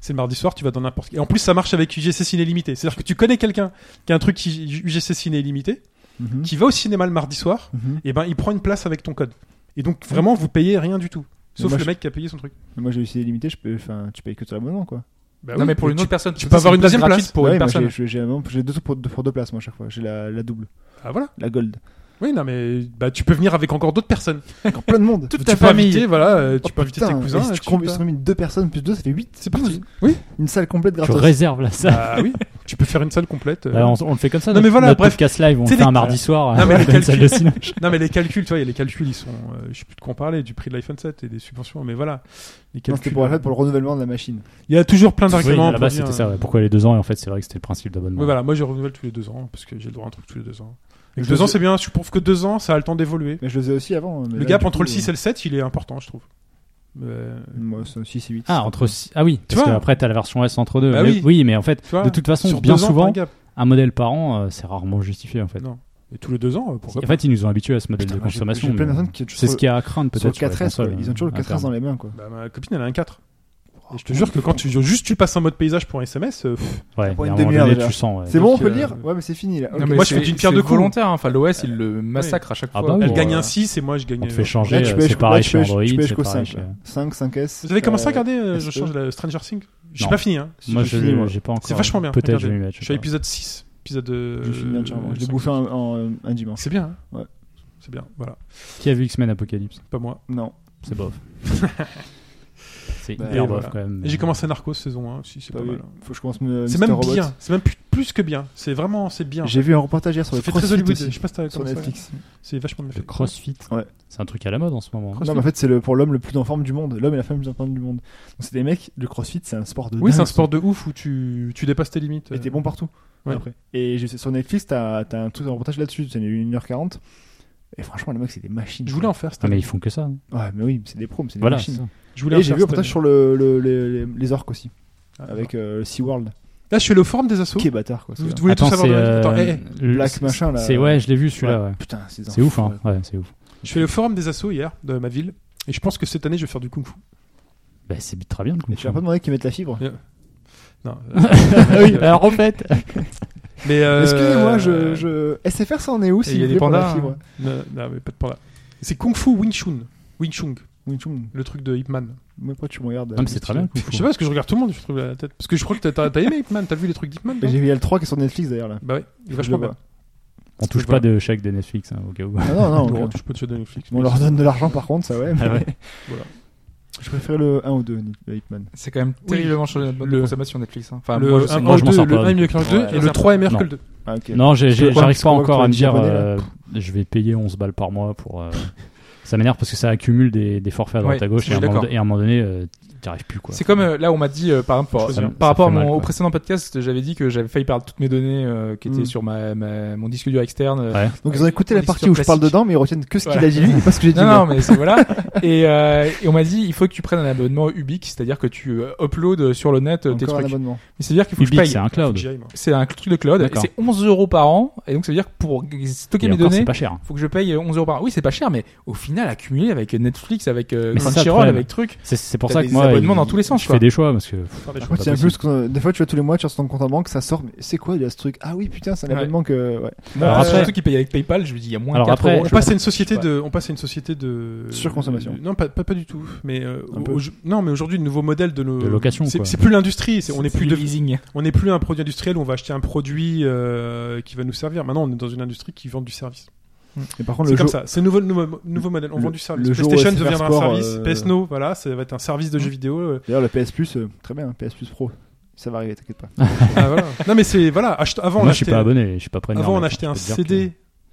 Speaker 1: C'est le mardi soir, tu vas dans n'importe quel. Et en plus, ça marche avec UGC Ciné Limité. C'est-à-dire que tu connais quelqu'un qui a un truc qui- UGC Ciné Limité,
Speaker 4: Mhm.
Speaker 1: qui va au cinéma le mardi soir,
Speaker 4: Mhm.
Speaker 1: et ben il prend une place avec ton code. Et donc vraiment, vous payez rien du tout.
Speaker 4: Mais
Speaker 1: Sauf
Speaker 4: moi,
Speaker 1: le
Speaker 4: je-
Speaker 1: mec qui a payé son truc.
Speaker 4: Mais Moi, j'ai UGC limité. Je peux, enfin, tu payes que ton abonnement, quoi.
Speaker 1: Bah
Speaker 3: non,
Speaker 1: oui.
Speaker 3: mais pour
Speaker 1: Et
Speaker 3: une
Speaker 1: tu-
Speaker 3: autre personne,
Speaker 1: tu peux avoir une deuxième place.
Speaker 3: pour
Speaker 4: Ouais,
Speaker 3: une
Speaker 4: moi, j'ai-
Speaker 3: personne.
Speaker 4: j'ai- J'ai un- j'ai deux pour deux- pour deux places, moi, à chaque fois. J'ai la la double.
Speaker 1: Ah voilà.
Speaker 4: La gold.
Speaker 1: Oui, non, mais bah, tu peux venir avec encore d'autres personnes.
Speaker 4: Encore plein de monde.
Speaker 3: Toute
Speaker 1: tu
Speaker 3: ta
Speaker 1: peux
Speaker 3: famille.
Speaker 1: inviter, voilà, euh, tu
Speaker 4: Oh,
Speaker 1: peux inviter
Speaker 4: putain,
Speaker 1: tes cousins.
Speaker 4: et Si
Speaker 1: euh,
Speaker 4: tu
Speaker 1: tu
Speaker 4: combines
Speaker 1: peux-
Speaker 4: si on met deux personnes plus deux, ça fait 8.
Speaker 1: C'est parti. Oui,
Speaker 4: Une salle complète
Speaker 2: Tu
Speaker 4: gratuite.
Speaker 2: réserves la salle.
Speaker 4: Ah
Speaker 1: bah oui. Tu peux faire une salle complète. euh.
Speaker 2: Là, Bah, on, on le fait comme ça.
Speaker 1: Non,
Speaker 2: notre-
Speaker 1: mais voilà,
Speaker 2: notre
Speaker 1: bref.
Speaker 2: podcast live, on le
Speaker 1: C'est
Speaker 2: fait
Speaker 1: des-
Speaker 2: un mardi soir.
Speaker 1: Non, mais
Speaker 2: euh,
Speaker 1: les
Speaker 2: dans une salle de
Speaker 1: calculs.
Speaker 2: cinéma.
Speaker 1: Non, mais les calculs, tu vois, il y a les calculs, ils sont. euh, je sais plus de quoi on parlait, du prix de l'iPhone 7 et des subventions, mais voilà. Les
Speaker 4: Non,
Speaker 1: calculs. euh,
Speaker 4: c'était pour, en fait, pour le renouvellement de la machine.
Speaker 1: Il y a toujours plein
Speaker 2: Oui,
Speaker 1: d'arguments.
Speaker 2: à la base,
Speaker 1: pour
Speaker 2: c'était
Speaker 1: dire- euh,
Speaker 2: ça. ouais. Pourquoi les deux ans Et en fait, c'est vrai que c'était le principe
Speaker 1: Oui,
Speaker 2: d'abonnement.
Speaker 1: voilà, moi je renouvelle tous les deux ans, parce que j'ai le droit à un truc tous les deux ans.
Speaker 4: Mais
Speaker 1: Et
Speaker 4: je
Speaker 1: deux
Speaker 4: le
Speaker 1: ans,
Speaker 4: fais-
Speaker 1: c'est bien, je trouve que deux ans, ça a le temps d'évoluer.
Speaker 4: Mais je le faisais aussi avant. mais
Speaker 1: Le
Speaker 4: là,
Speaker 1: gap
Speaker 4: du
Speaker 1: entre
Speaker 4: coup, euh,
Speaker 1: le 6 et le 7, il est important, je trouve. Euh,
Speaker 4: Moi, c'est 6 et 8.
Speaker 2: Ah, entre six- ah oui, parce
Speaker 1: vois
Speaker 2: que après t'as la version S entre deux.
Speaker 1: Bah
Speaker 2: mais,
Speaker 1: oui.
Speaker 2: mais en fait,
Speaker 1: tu vois,
Speaker 2: de toute façon,
Speaker 1: sur
Speaker 2: bien
Speaker 1: deux ans,
Speaker 2: souvent,
Speaker 1: t'as un
Speaker 2: un,
Speaker 1: gap.
Speaker 2: modèle par an, euh, c'est rarement justifié en fait.
Speaker 1: Non. Et tous les deux ans, euh, pourquoi
Speaker 2: en fait, ils nous ont habitués à ce modèle
Speaker 4: Putain,
Speaker 2: de
Speaker 4: moi, j'ai-
Speaker 2: consommation.
Speaker 4: J'ai plein
Speaker 2: mais
Speaker 4: de personnes qui ont toujours
Speaker 2: C'est ce qu'il y a à craindre
Speaker 4: sur le
Speaker 2: peut-être. sur les
Speaker 4: 4S. quoi.
Speaker 2: consoles,
Speaker 4: Ils ont toujours le
Speaker 2: à
Speaker 4: 4S
Speaker 2: terme.
Speaker 4: dans les mains, quoi.
Speaker 1: Bah, ma copine, elle a un 4. Et
Speaker 4: Ah,
Speaker 1: je te jure que quand tu juste tu passes en mode paysage pour un SMS, euh, pff,
Speaker 2: Ouais,
Speaker 4: Pour
Speaker 2: il y
Speaker 4: une
Speaker 2: a un moment
Speaker 4: demi-heure
Speaker 2: donné,
Speaker 4: déjà.
Speaker 2: tu sens. ouais.
Speaker 4: C'est bon, on
Speaker 1: donc,
Speaker 4: peut le
Speaker 1: euh,
Speaker 4: lire Ouais, mais c'est fini là.
Speaker 3: Non,
Speaker 4: Ok.
Speaker 3: mais
Speaker 1: Moi, je
Speaker 3: c'est-
Speaker 1: fais d'une pierre
Speaker 3: c'est
Speaker 1: deux coups.
Speaker 3: volontaire. hein. Enfin, l'OS, il le massacre à chaque
Speaker 2: Ah
Speaker 3: fois.
Speaker 2: bah oui.
Speaker 1: elle
Speaker 2: Bon,
Speaker 1: gagne
Speaker 2: euh,
Speaker 1: un 6 et moi je gagne.
Speaker 2: On te fait
Speaker 1: euh,
Speaker 2: changer.
Speaker 4: Là,
Speaker 2: euh,
Speaker 4: tu peux-
Speaker 2: C'est
Speaker 4: tu peux-
Speaker 2: pareil
Speaker 4: tu
Speaker 2: chez
Speaker 4: peux- tu peux
Speaker 2: Android.
Speaker 4: aller
Speaker 2: C'est
Speaker 4: jusqu'au
Speaker 2: pareil.
Speaker 4: 5,
Speaker 2: chez-
Speaker 4: là. 5, 5S.
Speaker 1: Vous avez commencé à
Speaker 4: euh,
Speaker 1: regarder euh, Je
Speaker 4: SE.
Speaker 1: change la Stranger Things J'ai
Speaker 2: Non.
Speaker 1: pas fini, hein.
Speaker 2: Moi,
Speaker 4: J'ai fini, moi.
Speaker 2: je- j'ai pas encore.
Speaker 1: C'est vachement bien.
Speaker 2: Peut-être
Speaker 1: regardez.
Speaker 2: je vais m'y mettre.
Speaker 1: Je
Speaker 2: je
Speaker 1: suis à
Speaker 2: sais pas.
Speaker 1: épisode 6. Épisode.
Speaker 4: Je
Speaker 1: euh,
Speaker 4: finis bien, tiens, moi, Je l'ai
Speaker 1: cinq.
Speaker 4: bouffé en- en un dimanche.
Speaker 1: C'est bien. hein.
Speaker 4: Ouais.
Speaker 1: C'est bien, voilà.
Speaker 2: Qui a vu X-Men Apocalypse
Speaker 1: Pas moi.
Speaker 4: Non.
Speaker 2: C'est bof. C'est
Speaker 4: Bah,
Speaker 2: hyper
Speaker 1: et
Speaker 2: bof
Speaker 1: voilà.
Speaker 2: quand même.
Speaker 1: Et j'ai commencé Narcos saison 1 aussi, c'est
Speaker 4: Pas
Speaker 1: pas
Speaker 4: vu.
Speaker 1: mal. hein.
Speaker 4: Faut que je commence me-
Speaker 1: C'est
Speaker 4: Mister
Speaker 1: même
Speaker 4: Robot.
Speaker 1: bien, c'est même plus, plus que bien. C'est vraiment, c'est bien.
Speaker 4: J'ai vu un reportage hier
Speaker 1: Ça
Speaker 4: sur le
Speaker 1: fait très
Speaker 4: CrossFit
Speaker 1: Hollywood.
Speaker 4: aussi,
Speaker 1: Je sais pas si t'as
Speaker 4: sur
Speaker 1: comment ça s'appelle.
Speaker 4: Netflix.
Speaker 1: C'est vachement bien
Speaker 2: Le
Speaker 1: fait.
Speaker 2: crossfit.
Speaker 4: Ouais.
Speaker 2: C'est un truc à la mode en ce moment. hein.
Speaker 1: Crossfit.
Speaker 4: Non, mais en fait, c'est le- pour l'homme le plus en forme du monde. L'homme et la femme le plus en forme du monde. Donc, c'est des mecs, le crossfit, c'est un sport de.
Speaker 1: Oui, c'est un
Speaker 4: dingue.
Speaker 1: sport de ouf où tu, tu dépasses tes limites.
Speaker 4: Et t'es bon partout.
Speaker 1: euh, Ouais.
Speaker 4: Après. Et je sais, sur Netflix, t'as t'as un truc, un reportage là-dessus. C'est 1h40. Et franchement, les mecs, c'est des machines.
Speaker 1: Je voulais en faire cette
Speaker 2: Ah, mais
Speaker 1: année.
Speaker 2: ils font que ça. hein.
Speaker 4: Ouais, mais oui, c'est des pros, mais c'est des
Speaker 2: Voilà.
Speaker 4: machines.
Speaker 2: c'est ça.
Speaker 1: Je voulais en
Speaker 4: Et j'ai
Speaker 1: faire
Speaker 4: vu un
Speaker 1: cette
Speaker 4: reportage
Speaker 1: année.
Speaker 4: sur le, le- le- les, les orques aussi,
Speaker 1: Ah,
Speaker 4: avec euh, SeaWorld.
Speaker 1: Là, je suis allé au forum des assos.
Speaker 4: Qui est bâtard, quoi. c'est
Speaker 1: Vous
Speaker 4: là.
Speaker 1: voulez tout
Speaker 2: Attends,
Speaker 1: savoir
Speaker 2: c'est.
Speaker 1: de la- Attends, eh,
Speaker 2: euh,
Speaker 1: hé, hé.
Speaker 2: le-
Speaker 4: Black
Speaker 2: c'est-
Speaker 4: machin, là.
Speaker 2: c'est- Ouais, je l'ai vu celui-là. ouais.
Speaker 4: Putain, c'est
Speaker 2: C'est ouf, hein. Ouais, c'est ouf.
Speaker 1: Je fais le forum des assos hier de ma ville. Et je pense que cette année, je vais faire du kung fu.
Speaker 2: Bah, c'est très bien le coup.
Speaker 4: Mais tu vas pas demandé qu'ils mettent la fibre
Speaker 1: Non. euh,
Speaker 2: Ah oui, alors en fait.
Speaker 1: Mais euh,
Speaker 4: Excusez-moi, je, je. SFR, ça en est où
Speaker 3: et
Speaker 4: s'il
Speaker 3: il y a
Speaker 4: vous
Speaker 3: des
Speaker 4: plaît, pour la
Speaker 3: pandas,
Speaker 4: fibre
Speaker 3: hein.
Speaker 1: Non, non, mais pas de parler. C'est Kung Fu Wing Chun. Wing Chun,
Speaker 4: Oui, tu me-
Speaker 1: le truc de Ip Man.
Speaker 4: Moi, pourquoi tu me regardes
Speaker 2: Non, mais c'est très bien le coup.
Speaker 1: Je sais pas parce que je regarde tout le monde, je trouve la tête. Parce que je crois que t'as- t'as t'as aimé Ip Man, t'as vu les trucs d'Ip Man
Speaker 4: Mais
Speaker 1: non
Speaker 4: J'ai vu il y a le 3 qui est sur Netflix d'ailleurs là.
Speaker 1: Bah oui, il est
Speaker 4: Je le
Speaker 1: vachement bien.
Speaker 4: vois.
Speaker 2: On touche pas
Speaker 1: Voilà.
Speaker 2: de chèque de Netflix hein, au cas où.
Speaker 4: Ah, non, non,
Speaker 1: Bon,
Speaker 4: ok.
Speaker 1: tu peux te donner Netflix.
Speaker 4: on
Speaker 1: mais
Speaker 4: leur
Speaker 1: c'est-
Speaker 4: donne de l'argent par contre, ça ouais. mais
Speaker 2: Ah ouais.
Speaker 4: Je préfère le 1 ou 2, le Hitman.
Speaker 3: C'est quand même
Speaker 1: Oui.
Speaker 3: terriblement sur notre mode de
Speaker 1: Le-
Speaker 3: consommation Netflix. hein. Enfin, moi, je
Speaker 1: Le
Speaker 3: sais
Speaker 1: 1
Speaker 3: pas.
Speaker 2: moi, je m'en sors
Speaker 1: le
Speaker 2: pas.
Speaker 1: 1 est mieux que le 2
Speaker 3: Ouais.
Speaker 1: et le 3 est meilleur que le 2.
Speaker 4: Ah, ok.
Speaker 2: Non, j'ai- j'ai-
Speaker 4: crois-
Speaker 2: j'arrive
Speaker 4: je
Speaker 2: pas
Speaker 4: crois
Speaker 2: encore
Speaker 4: que
Speaker 2: à me dire
Speaker 4: japonais, là.
Speaker 2: euh, je vais payer 11 balles par mois pour. euh, Ça m'énerve parce que ça accumule des, des forfaits à droite
Speaker 3: Ouais,
Speaker 2: à gauche
Speaker 3: je
Speaker 2: et à, un
Speaker 3: suis
Speaker 2: moment,
Speaker 3: d'accord.
Speaker 2: et à un moment donné, euh, t'y arrives plus quoi.
Speaker 3: C'est comme euh, là, on m'a dit euh, par, par,
Speaker 2: Ça me- ça
Speaker 3: par rapport à
Speaker 2: fait
Speaker 3: mon,
Speaker 2: mal,
Speaker 3: au
Speaker 2: quoi.
Speaker 3: précédent podcast, j'avais dit que j'avais failli perdre toutes mes données euh, qui étaient
Speaker 4: Mm.
Speaker 3: sur ma, ma- mon disque dur externe. euh,
Speaker 2: Ouais.
Speaker 4: Donc ils ont écouté
Speaker 3: Mon
Speaker 4: la partie
Speaker 3: histoire
Speaker 4: où je parle
Speaker 3: classique.
Speaker 4: dedans, mais ils retiennent que ce qu'il
Speaker 3: Voilà.
Speaker 4: a dit lui et pas ce que j'ai dit.
Speaker 3: Non,
Speaker 4: moi.
Speaker 3: non, mais c'est- voilà. et, euh, et on m'a dit, il faut que tu prennes un abonnement Ubique, c'est-à-dire que tu euh, uploades sur le net euh, tes
Speaker 4: Encore un
Speaker 3: trucs. Mais
Speaker 4: abonnement.
Speaker 3: c'est-à-dire qu'il faut
Speaker 2: Ubique,
Speaker 3: que je
Speaker 2: c'est
Speaker 3: paye.
Speaker 2: un cloud.
Speaker 1: J'ai moi.
Speaker 3: C'est un truc de cloud.
Speaker 2: D'accord.
Speaker 3: C'est 11 euros par an. Et donc, ça veut dire que pour g- stocker
Speaker 2: Et
Speaker 3: mes
Speaker 2: encore, c'est
Speaker 3: données,
Speaker 2: pas cher.
Speaker 3: faut que je paye 11 euros par an. Oui, c'est pas cher, mais au final, accumulé avec Netflix, avec euh,
Speaker 2: Mais c'est ça, le
Speaker 3: Crunchyroll,
Speaker 2: problème.
Speaker 3: avec truc.
Speaker 2: C'est- C'est pour
Speaker 3: T'as
Speaker 2: ça
Speaker 3: des
Speaker 2: que moi,
Speaker 3: abonnements
Speaker 2: il-
Speaker 3: dans tous les sens,
Speaker 2: je
Speaker 3: quoi.
Speaker 2: fais des choix parce que
Speaker 1: Faire des
Speaker 4: Par
Speaker 1: choses.
Speaker 2: pas
Speaker 4: contre, il y a
Speaker 2: possible.
Speaker 4: plus que- des fois tu vas tous les mois, tu reçois ton compte en banque, ça sort, mais c'est quoi il y a ce truc Ah oui, putain, c'est un
Speaker 3: Ouais.
Speaker 4: abonnement que. Ouais.
Speaker 3: Moi,
Speaker 2: Alors
Speaker 3: euh,
Speaker 2: après-
Speaker 3: surtout qu'il paye avec PayPal, je lui dis, il y a moins de
Speaker 2: Alors
Speaker 3: 4
Speaker 2: après-
Speaker 3: euros.
Speaker 1: On
Speaker 2: je
Speaker 1: passe à
Speaker 4: sais
Speaker 1: une société
Speaker 4: pas.
Speaker 1: de, on passe à une société de
Speaker 4: Surconsommation.
Speaker 1: Non, pas, pas, pas du tout. Mais euh,
Speaker 4: Un peu.
Speaker 1: au- au- non, mais aujourd'hui, le nouveau modèle de, nos-
Speaker 2: De location,
Speaker 1: c'est
Speaker 2: quoi.
Speaker 1: c'est plus l'industrie. c'est- On n'est plus
Speaker 3: de
Speaker 1: de,
Speaker 3: leasing.
Speaker 1: on n'est plus un produit industriel où on va acheter un produit euh, qui va nous servir. Maintenant, on est dans une industrie qui vend du service.
Speaker 4: Et par contre,
Speaker 1: C'est
Speaker 4: le
Speaker 1: comme
Speaker 4: jour,
Speaker 1: ça. C'est nouveau, nouveau, nouveau modèle. On
Speaker 4: le-
Speaker 1: vend du service.
Speaker 4: le jour où
Speaker 1: PlayStation
Speaker 4: SFR
Speaker 1: deviendra
Speaker 4: Sport,
Speaker 1: un service.
Speaker 4: euh, Hein
Speaker 1: PS Now, voilà, ça va être un service de jeux vidéo. euh.
Speaker 4: D'ailleurs, le PS Plus, euh, très bien, PS Plus Pro. Ça va arriver, t'inquiète pas.
Speaker 1: Ah, voilà. Non, mais c'est voilà. achete- avant, on
Speaker 2: moi, je suis
Speaker 1: achetait-
Speaker 2: pas abonné, je suis pas prêt.
Speaker 1: Avant, on achetait un CD.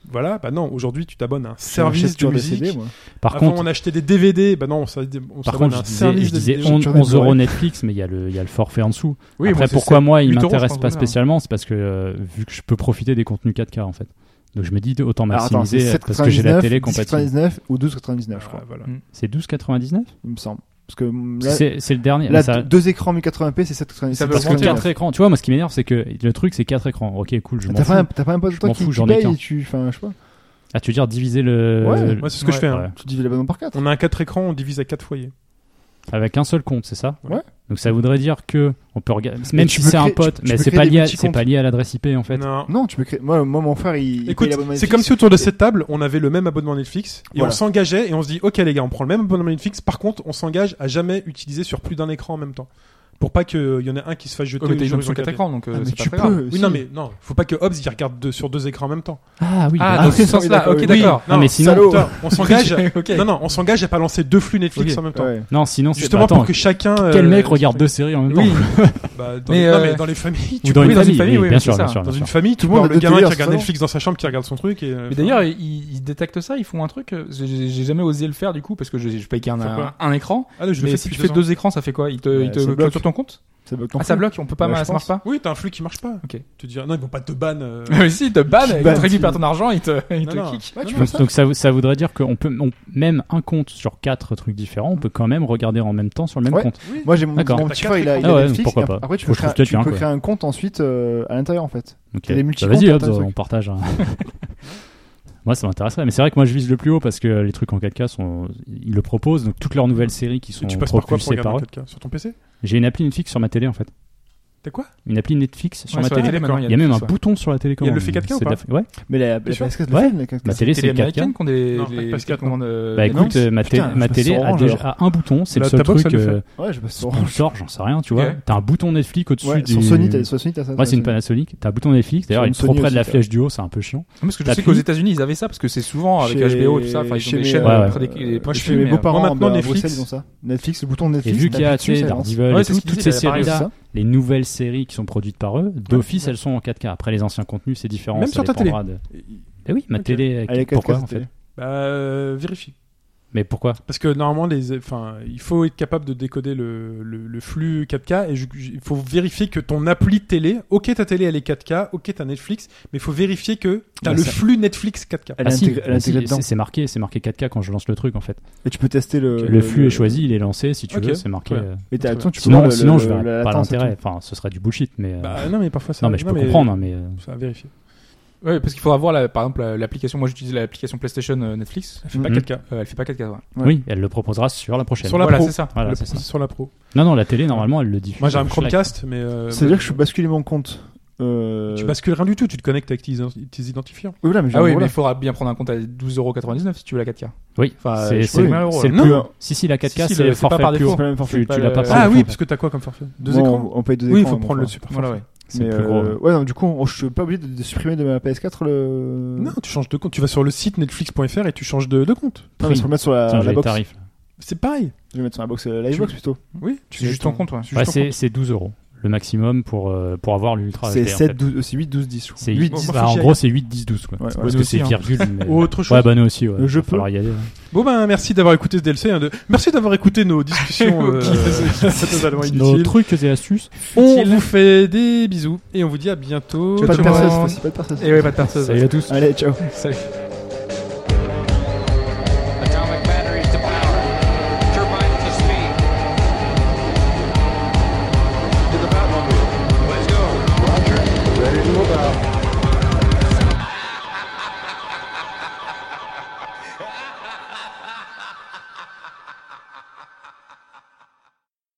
Speaker 1: Voilà, bah non, aujourd'hui tu t'abonnes à un service
Speaker 4: J'achète
Speaker 1: de
Speaker 4: toujours des
Speaker 1: musique.
Speaker 4: CD, moi.
Speaker 2: Par
Speaker 1: Avant,
Speaker 2: contre,
Speaker 1: on achetait des DVD, bah non, on s'en- on
Speaker 2: par
Speaker 1: s'abonne
Speaker 2: contre,
Speaker 1: à un
Speaker 2: je disais,
Speaker 1: service
Speaker 2: je disais
Speaker 1: de
Speaker 2: on-
Speaker 1: DVD.
Speaker 2: 11 euros
Speaker 4: Blu-ray.
Speaker 2: Netflix, mais il y a le, il y a le forfait en dessous.
Speaker 3: Oui,
Speaker 2: Après,
Speaker 3: moi, c'est
Speaker 2: pourquoi
Speaker 3: sept-
Speaker 2: moi, il
Speaker 3: 8 euros, je
Speaker 2: m'intéresse
Speaker 3: pense,
Speaker 2: pas
Speaker 3: de mémoire.
Speaker 2: spécialement, c'est parce que euh, vu que je peux profiter des contenus 4K en fait. Donc je me dis autant
Speaker 4: Alors, attends, c'est
Speaker 2: maximiser euh, parce que j'ai la
Speaker 4: 7,99,
Speaker 2: télé compatible.
Speaker 4: 10,99 ou 12,99, je crois,
Speaker 1: Ah, voilà.
Speaker 2: C'est 12,99
Speaker 4: il me semble. Parce que mm, là,
Speaker 2: C'est c'est le dernier.
Speaker 4: là,
Speaker 2: mais ça-
Speaker 4: deux- deux écrans 1080p, c'est 7,99.
Speaker 3: Ça veut
Speaker 2: parce que
Speaker 3: augmenter,
Speaker 2: 4 écrans. Tu vois, moi, ce qui m'énerve, c'est que le truc, c'est 4 écrans. Ok, cool, je m'en
Speaker 4: Ah, T'as
Speaker 2: fous.
Speaker 4: pas, un- t'as pas un pote de
Speaker 2: Je
Speaker 4: toi
Speaker 2: m'en
Speaker 4: qui,
Speaker 2: fous,
Speaker 4: qui
Speaker 2: j'en ai
Speaker 4: paye
Speaker 2: qu'un.
Speaker 4: et tu, enfin, je sais pas,
Speaker 2: Ah, tu veux dire diviser le.
Speaker 4: Ouais.
Speaker 2: le-
Speaker 1: Moi, c'est ce que je
Speaker 3: Ouais.
Speaker 1: fais. hein.
Speaker 2: Ouais.
Speaker 4: tu divises l'abonnement par 4.
Speaker 1: On a un 4 écrans, on divise à 4 foyers.
Speaker 2: Avec un seul compte, c'est ça
Speaker 4: Ouais.
Speaker 2: Donc ça voudrait dire que on peut regarder,
Speaker 4: Mais
Speaker 2: même
Speaker 4: tu
Speaker 2: si
Speaker 4: peux
Speaker 2: c'est un
Speaker 4: créer-
Speaker 2: pote,
Speaker 4: tu- tu
Speaker 2: mais
Speaker 4: peux
Speaker 2: c'est
Speaker 4: créer
Speaker 2: pas
Speaker 4: des
Speaker 2: lié, à-
Speaker 4: petits
Speaker 2: c'est
Speaker 4: comptes.
Speaker 2: pas lié à l'adresse IP en fait.
Speaker 1: Non.
Speaker 4: Non, tu peux créer. Moi, moi, mon frère, il. il
Speaker 1: Écoute,
Speaker 4: paye l'abonnement
Speaker 1: c'est
Speaker 4: Netflix.
Speaker 1: comme si autour de cette table, on avait le même abonnement Netflix et
Speaker 4: Voilà.
Speaker 1: on s'engageait et on se dit, ok les gars, on prend le même abonnement Netflix. Par contre, on s'engage à jamais utiliser sur plus d'un écran en même temps, pour pas qu'il y en ait un qui se fasse jeter.
Speaker 3: Oh, mais
Speaker 1: au
Speaker 3: t'as une
Speaker 1: jour où ils
Speaker 3: option
Speaker 1: ont
Speaker 3: 4
Speaker 1: regardé.
Speaker 3: écrans, donc euh,
Speaker 4: Ah, mais
Speaker 3: c'est pas
Speaker 4: tu
Speaker 3: très grave.
Speaker 4: peux.
Speaker 1: Oui, non mais non, faut pas que Hobbs il regarde deux- sur deux écrans en même temps.
Speaker 2: Ah oui.
Speaker 3: Ah,
Speaker 2: d'accord.
Speaker 3: dans ce
Speaker 4: oui,
Speaker 3: sens-là,
Speaker 4: d'accord,
Speaker 3: ok,
Speaker 4: oui.
Speaker 3: d'accord.
Speaker 2: non, mais sinon,
Speaker 4: salaud.
Speaker 1: Putain, on s'engage. à-
Speaker 3: Ok.
Speaker 1: Non non, on s'engage à pas lancer deux flux Netflix
Speaker 3: Ok.
Speaker 1: en même temps.
Speaker 4: Ouais.
Speaker 2: non, sinon c'est-
Speaker 1: Justement
Speaker 2: bah, attends,
Speaker 1: pour que chacun.
Speaker 2: quel
Speaker 1: euh,
Speaker 2: mec regarde deux séries en même temps
Speaker 3: Oui,
Speaker 1: Bah, dans
Speaker 3: Mais,
Speaker 1: les-
Speaker 3: euh,
Speaker 1: Non mais dans les familles, tu
Speaker 2: Ou dans
Speaker 3: oui,
Speaker 2: une
Speaker 3: dans une
Speaker 2: famille,
Speaker 3: famille,
Speaker 2: oui,
Speaker 3: oui,
Speaker 2: bien
Speaker 3: c'est
Speaker 2: sûr,
Speaker 3: ça.
Speaker 2: bien sûr,
Speaker 1: dans
Speaker 2: bien
Speaker 1: une
Speaker 2: sûr.
Speaker 1: famille, tu
Speaker 4: Tout le monde
Speaker 1: parles
Speaker 4: a
Speaker 1: le
Speaker 4: deux
Speaker 1: gamin qui
Speaker 4: délires,
Speaker 1: regarde
Speaker 4: ça.
Speaker 1: Netflix dans sa chambre qui regarde son truc et. euh,
Speaker 3: Mais d'ailleurs, ils, ils détectent ça, ils font un truc. euh, J'ai j'ai jamais osé le faire du coup parce que je, je paye qu'un
Speaker 1: Pourquoi
Speaker 3: un, un écran.
Speaker 1: ah, là, je le
Speaker 3: mais
Speaker 1: fais
Speaker 3: si
Speaker 1: depuis
Speaker 3: tu fais
Speaker 1: ans.
Speaker 3: deux écrans, ça fait quoi Ils te,
Speaker 4: Ouais,
Speaker 3: ils te
Speaker 4: ça
Speaker 3: clôturent
Speaker 4: bloque.
Speaker 3: ton en compte
Speaker 4: Ça bloque non
Speaker 3: Ah, ça
Speaker 4: plus.
Speaker 3: bloque, on peut pas,
Speaker 4: Bah, je
Speaker 3: ça marche
Speaker 4: pense.
Speaker 3: pas
Speaker 1: Oui, t'as un flux qui marche pas.
Speaker 3: Ok.
Speaker 1: Tu te dis, ah non, ils vont pas te ban. euh,
Speaker 3: Mais si, ils te ban, ils
Speaker 4: ban,
Speaker 3: te récupèrent
Speaker 4: tu-
Speaker 3: ton argent, ils te, ils
Speaker 1: non,
Speaker 3: te
Speaker 1: non.
Speaker 3: kick.
Speaker 4: Ouais, tu
Speaker 1: Non, non.
Speaker 4: peux ça.
Speaker 2: Donc ça, vou- ça voudrait dire qu'on peut on- même un compte sur quatre trucs différents, on peut quand même regarder en même temps sur le même
Speaker 4: Ouais.
Speaker 2: compte.
Speaker 1: Oui.
Speaker 4: Moi j'ai mon,
Speaker 2: D'accord.
Speaker 4: mon petit frère, il a, il
Speaker 2: Ah
Speaker 4: a
Speaker 2: ouais,
Speaker 4: Netflix.
Speaker 2: pourquoi
Speaker 4: et
Speaker 2: pas.
Speaker 4: Après tu
Speaker 2: Faut
Speaker 4: peux,
Speaker 2: que je trouve
Speaker 4: créer, tu
Speaker 2: quelqu'un,
Speaker 4: peux
Speaker 2: quoi.
Speaker 4: créer un compte ensuite euh, à l'intérieur en fait.
Speaker 2: Ok.
Speaker 4: T'as des
Speaker 2: Bah,
Speaker 4: multi-comptes,
Speaker 2: Vas-y,
Speaker 4: t'as
Speaker 2: hop,
Speaker 4: plein de
Speaker 2: on
Speaker 4: trucs.
Speaker 2: partage. hein. moi, ça m'intéresserait, mais c'est vrai que moi, je vise le plus haut parce que les trucs en 4K sont, ils le proposent, donc toutes leurs nouvelles séries qui sont
Speaker 1: Et tu passes par quoi pour
Speaker 2: propulsées par
Speaker 1: regarder
Speaker 2: eux.
Speaker 1: quelqu'un Sur ton PC
Speaker 2: J'ai une appli Netflix sur ma télé en fait.
Speaker 1: T'as quoi
Speaker 2: Une appli Netflix sur
Speaker 3: Ouais,
Speaker 2: ma
Speaker 3: sur la
Speaker 2: télé.
Speaker 3: télé, maintenant,
Speaker 2: Il y a même un
Speaker 3: Netflix, ouais.
Speaker 2: bouton sur la télé.
Speaker 1: Il y a le fait 4K ou pas
Speaker 2: Ouais,
Speaker 4: Mais la, la
Speaker 1: T'es sûr
Speaker 4: PSK,
Speaker 2: Ouais.
Speaker 4: le fait,
Speaker 2: ma
Speaker 4: la-
Speaker 2: télé c'est
Speaker 3: télé
Speaker 2: le 4K.
Speaker 3: américaine qui ont des,
Speaker 1: Non,
Speaker 3: des,
Speaker 1: parce
Speaker 3: des
Speaker 1: que-
Speaker 3: commandes. euh,
Speaker 2: Bah écoute,
Speaker 4: non,
Speaker 2: euh, ma,
Speaker 4: putain,
Speaker 2: télé- ma
Speaker 4: je
Speaker 2: télé
Speaker 4: passe sur
Speaker 2: a
Speaker 4: Orange,
Speaker 2: déjà
Speaker 4: alors.
Speaker 2: a un bouton, c'est le
Speaker 1: La-
Speaker 2: seul
Speaker 1: ta box,
Speaker 2: truc.
Speaker 1: elle le
Speaker 2: euh,
Speaker 4: Ouais, je passe sur
Speaker 2: Sponsor, j'en sais rien, tu vois.
Speaker 3: Ok.
Speaker 2: T'as un bouton Netflix au-dessus
Speaker 4: Ouais,
Speaker 2: du.
Speaker 4: sur Sony, t'as sur Sony, t'as ça.
Speaker 2: Ouais,
Speaker 4: sur
Speaker 2: c'est une
Speaker 4: Sony.
Speaker 2: Panasonic. T'as un bouton Netflix. D'ailleurs,
Speaker 4: Sur
Speaker 2: il
Speaker 4: une
Speaker 2: est trop
Speaker 4: Sony
Speaker 2: près de la
Speaker 4: aussi,
Speaker 2: flèche du haut, c'est un peu chiant.
Speaker 3: Non, parce que je
Speaker 2: T'as
Speaker 3: sais qu'aux
Speaker 2: fini
Speaker 3: États-Unis, ils avaient ça parce que c'est souvent avec
Speaker 4: Chez-
Speaker 3: HBO et tout ça. Enfin, ils
Speaker 4: chez
Speaker 3: ont des
Speaker 4: mes,
Speaker 3: chaînes
Speaker 2: Ouais,
Speaker 3: euh, près des- des-
Speaker 4: Moi,
Speaker 1: Moi,
Speaker 4: je
Speaker 1: je
Speaker 4: chez
Speaker 1: fais-
Speaker 4: mes
Speaker 1: moi,
Speaker 4: beaux-parents
Speaker 1: maintenant,
Speaker 4: bah, à
Speaker 1: Netflix.
Speaker 4: Bruxelles, ils ont ça. Netflix, le bouton de
Speaker 2: Et
Speaker 4: Netflix.
Speaker 2: vu qu'il y a, tu sais, Daredevil
Speaker 3: Ouais,
Speaker 2: et
Speaker 3: c'est ce
Speaker 2: tout,
Speaker 3: qu'ils
Speaker 2: toutes ces
Speaker 3: disent, il y a pareil,
Speaker 2: séries-là,
Speaker 4: ça.
Speaker 2: les nouvelles séries qui sont produites par eux, d'office, elles sont en 4K. Après, les anciens contenus, c'est différent.
Speaker 1: Même
Speaker 2: ça
Speaker 1: sur ta
Speaker 2: dépendra de- Eh oui, ma
Speaker 1: Ok.
Speaker 2: télé.
Speaker 4: Elle est 4K,
Speaker 2: pourquoi,
Speaker 4: cette
Speaker 2: en fait
Speaker 4: télé.
Speaker 1: Bah, euh, vérifie.
Speaker 2: Mais pourquoi
Speaker 1: Parce que normalement, les, enfin, il faut être capable de décoder le, le- le flux 4K et je- je- il faut vérifier que ton appli télé, ok, ta télé elle est 4K, ok, t'as Netflix, mais il faut vérifier que t'as
Speaker 2: Ouais,
Speaker 1: le
Speaker 2: Bah, ça-
Speaker 1: flux Netflix 4K.
Speaker 4: Elle
Speaker 2: Ah
Speaker 4: est
Speaker 2: si,
Speaker 4: intégrée- elle est
Speaker 2: si,
Speaker 4: intégrée dedans.
Speaker 2: c'est c'est marqué, c'est marqué 4K quand je lance le truc en fait.
Speaker 4: Et tu peux tester le.
Speaker 2: Le flux est choisi, il est lancé, si tu
Speaker 1: Ok.
Speaker 2: veux, c'est marqué.
Speaker 1: Ouais.
Speaker 2: euh,
Speaker 4: Mais t'as- attends, tu peux voir le-
Speaker 2: Sinon, sinon,
Speaker 4: le-
Speaker 2: je verrais
Speaker 4: la
Speaker 2: pas
Speaker 4: latence et
Speaker 2: l'intérêt.
Speaker 4: tout.
Speaker 2: Enfin, ce serait du bullshit, mais. euh,
Speaker 1: Bah, non, mais parfois ça.
Speaker 2: Non, mais je peux comprendre, hein, mais. euh,
Speaker 1: Ça à vérifier.
Speaker 3: Ouais, parce qu'il faudra voir, la- par exemple, la- l'application. Moi, j'utilise l'application PlayStation euh, Netflix.
Speaker 1: Elle fait pas
Speaker 2: Mhm.
Speaker 1: 4K.
Speaker 3: Euh, elle fait pas 4K. ouais.
Speaker 4: Ouais.
Speaker 2: Oui, elle le proposera sur la prochaine.
Speaker 1: Sur la
Speaker 3: voilà,
Speaker 1: pro.
Speaker 3: c'est ça.
Speaker 2: Voilà,
Speaker 1: Le-
Speaker 2: c'est ça.
Speaker 1: sur la pro.
Speaker 2: Non, non, la télé, normalement, elle le diffuse.
Speaker 1: Moi j'ai un
Speaker 2: sur la-
Speaker 1: Chromecast, mais. euh,
Speaker 4: C'est-à-dire que je suis basculé mon compte. euh,
Speaker 1: Tu bascules rien du tout, tu te connectes avec tes, tes identifiants.
Speaker 4: Oui, là, mais j'ai
Speaker 3: Ah
Speaker 4: un
Speaker 3: oui,
Speaker 4: gros
Speaker 3: mais
Speaker 4: là.
Speaker 3: il faudra bien prendre un compte à 12,99€ si tu veux la 4K.
Speaker 2: Oui,
Speaker 3: Enfin,
Speaker 2: c'est
Speaker 3: je
Speaker 2: c'est-
Speaker 3: sais pas, euros,
Speaker 2: c'est
Speaker 3: là.
Speaker 2: le plus.
Speaker 4: Non.
Speaker 2: Si, si, la 4K,
Speaker 3: Si, si,
Speaker 2: c'est
Speaker 3: le-
Speaker 2: le
Speaker 3: c'est pas
Speaker 2: forfait
Speaker 3: par
Speaker 2: plus
Speaker 3: défaut.
Speaker 2: haut.
Speaker 4: C'est pas le même forfait,
Speaker 2: Tu-
Speaker 4: pas
Speaker 2: Tu
Speaker 4: le-
Speaker 2: l'as pas
Speaker 4: Ah,
Speaker 2: par
Speaker 1: Ah
Speaker 2: défaut,
Speaker 1: oui,
Speaker 2: en
Speaker 1: parce
Speaker 2: fait.
Speaker 1: que t'as quoi comme forfait Deux
Speaker 4: Bon,
Speaker 1: écrans
Speaker 4: On paye deux écrans.
Speaker 1: Oui, il faut
Speaker 4: mais bon,
Speaker 1: prendre le
Speaker 4: enfin.
Speaker 1: super
Speaker 3: Voilà,
Speaker 1: forfait.
Speaker 3: ouais.
Speaker 2: C'est
Speaker 4: Mais
Speaker 2: le plus gros. hein.
Speaker 4: euh, ouais, non, du coup, on- je suis pas obligé de, de supprimer de ma PS4 le.
Speaker 1: Non, tu changes de compte. Tu vas sur le site netflix.fr et tu changes de, de compte.
Speaker 4: Non, mais je vais le mettre sur la,
Speaker 2: Tiens,
Speaker 4: la
Speaker 2: j'ai les
Speaker 4: box.
Speaker 2: tarifs.
Speaker 1: C'est pareil.
Speaker 4: Je vais mettre sur la box, euh, la Xbox plutôt.
Speaker 1: Oui, tu
Speaker 3: C'est juste ton compte, ouais.
Speaker 1: tu
Speaker 2: Ouais,
Speaker 1: juste ton
Speaker 2: c'est c'est 12 euros le maximum pour, euh, pour avoir l'ultra.
Speaker 4: C'est
Speaker 2: HD, en
Speaker 4: 7,
Speaker 2: fait.
Speaker 4: 12, euh, c'est 8, 12, 10. je crois.
Speaker 2: C'est
Speaker 4: 8,
Speaker 2: huit-
Speaker 4: 10.
Speaker 1: moi,
Speaker 2: bah,
Speaker 1: faut
Speaker 2: en
Speaker 1: que j'y
Speaker 2: gros, c'est 8, 10, 12. Quoi.
Speaker 4: Ouais, ouais.
Speaker 2: Parce que
Speaker 3: Nous aussi,
Speaker 2: c'est
Speaker 3: hein.
Speaker 2: virgule. mais-
Speaker 1: Ou autre chose.
Speaker 2: Ouais, bah nous aussi. Ouais.
Speaker 4: Euh, je
Speaker 2: Va
Speaker 4: peux.
Speaker 2: falloir y aller.
Speaker 1: Bon ben merci d'avoir écouté ce DLC. hein, de- Merci d'avoir écouté nos discussions euh, totalement
Speaker 2: Nos
Speaker 1: inutiles.
Speaker 2: trucs et astuces.
Speaker 1: On vous fait des bisous et on vous dit à bientôt.
Speaker 3: Ciao,
Speaker 4: Pas de
Speaker 3: Tout le
Speaker 4: perceuse,
Speaker 3: monde.
Speaker 4: cette fois-ci, pas de perceuse.
Speaker 3: Et ouais, pas de perceuse.
Speaker 2: Salut à tous.
Speaker 4: Allez, ciao.
Speaker 3: Salut.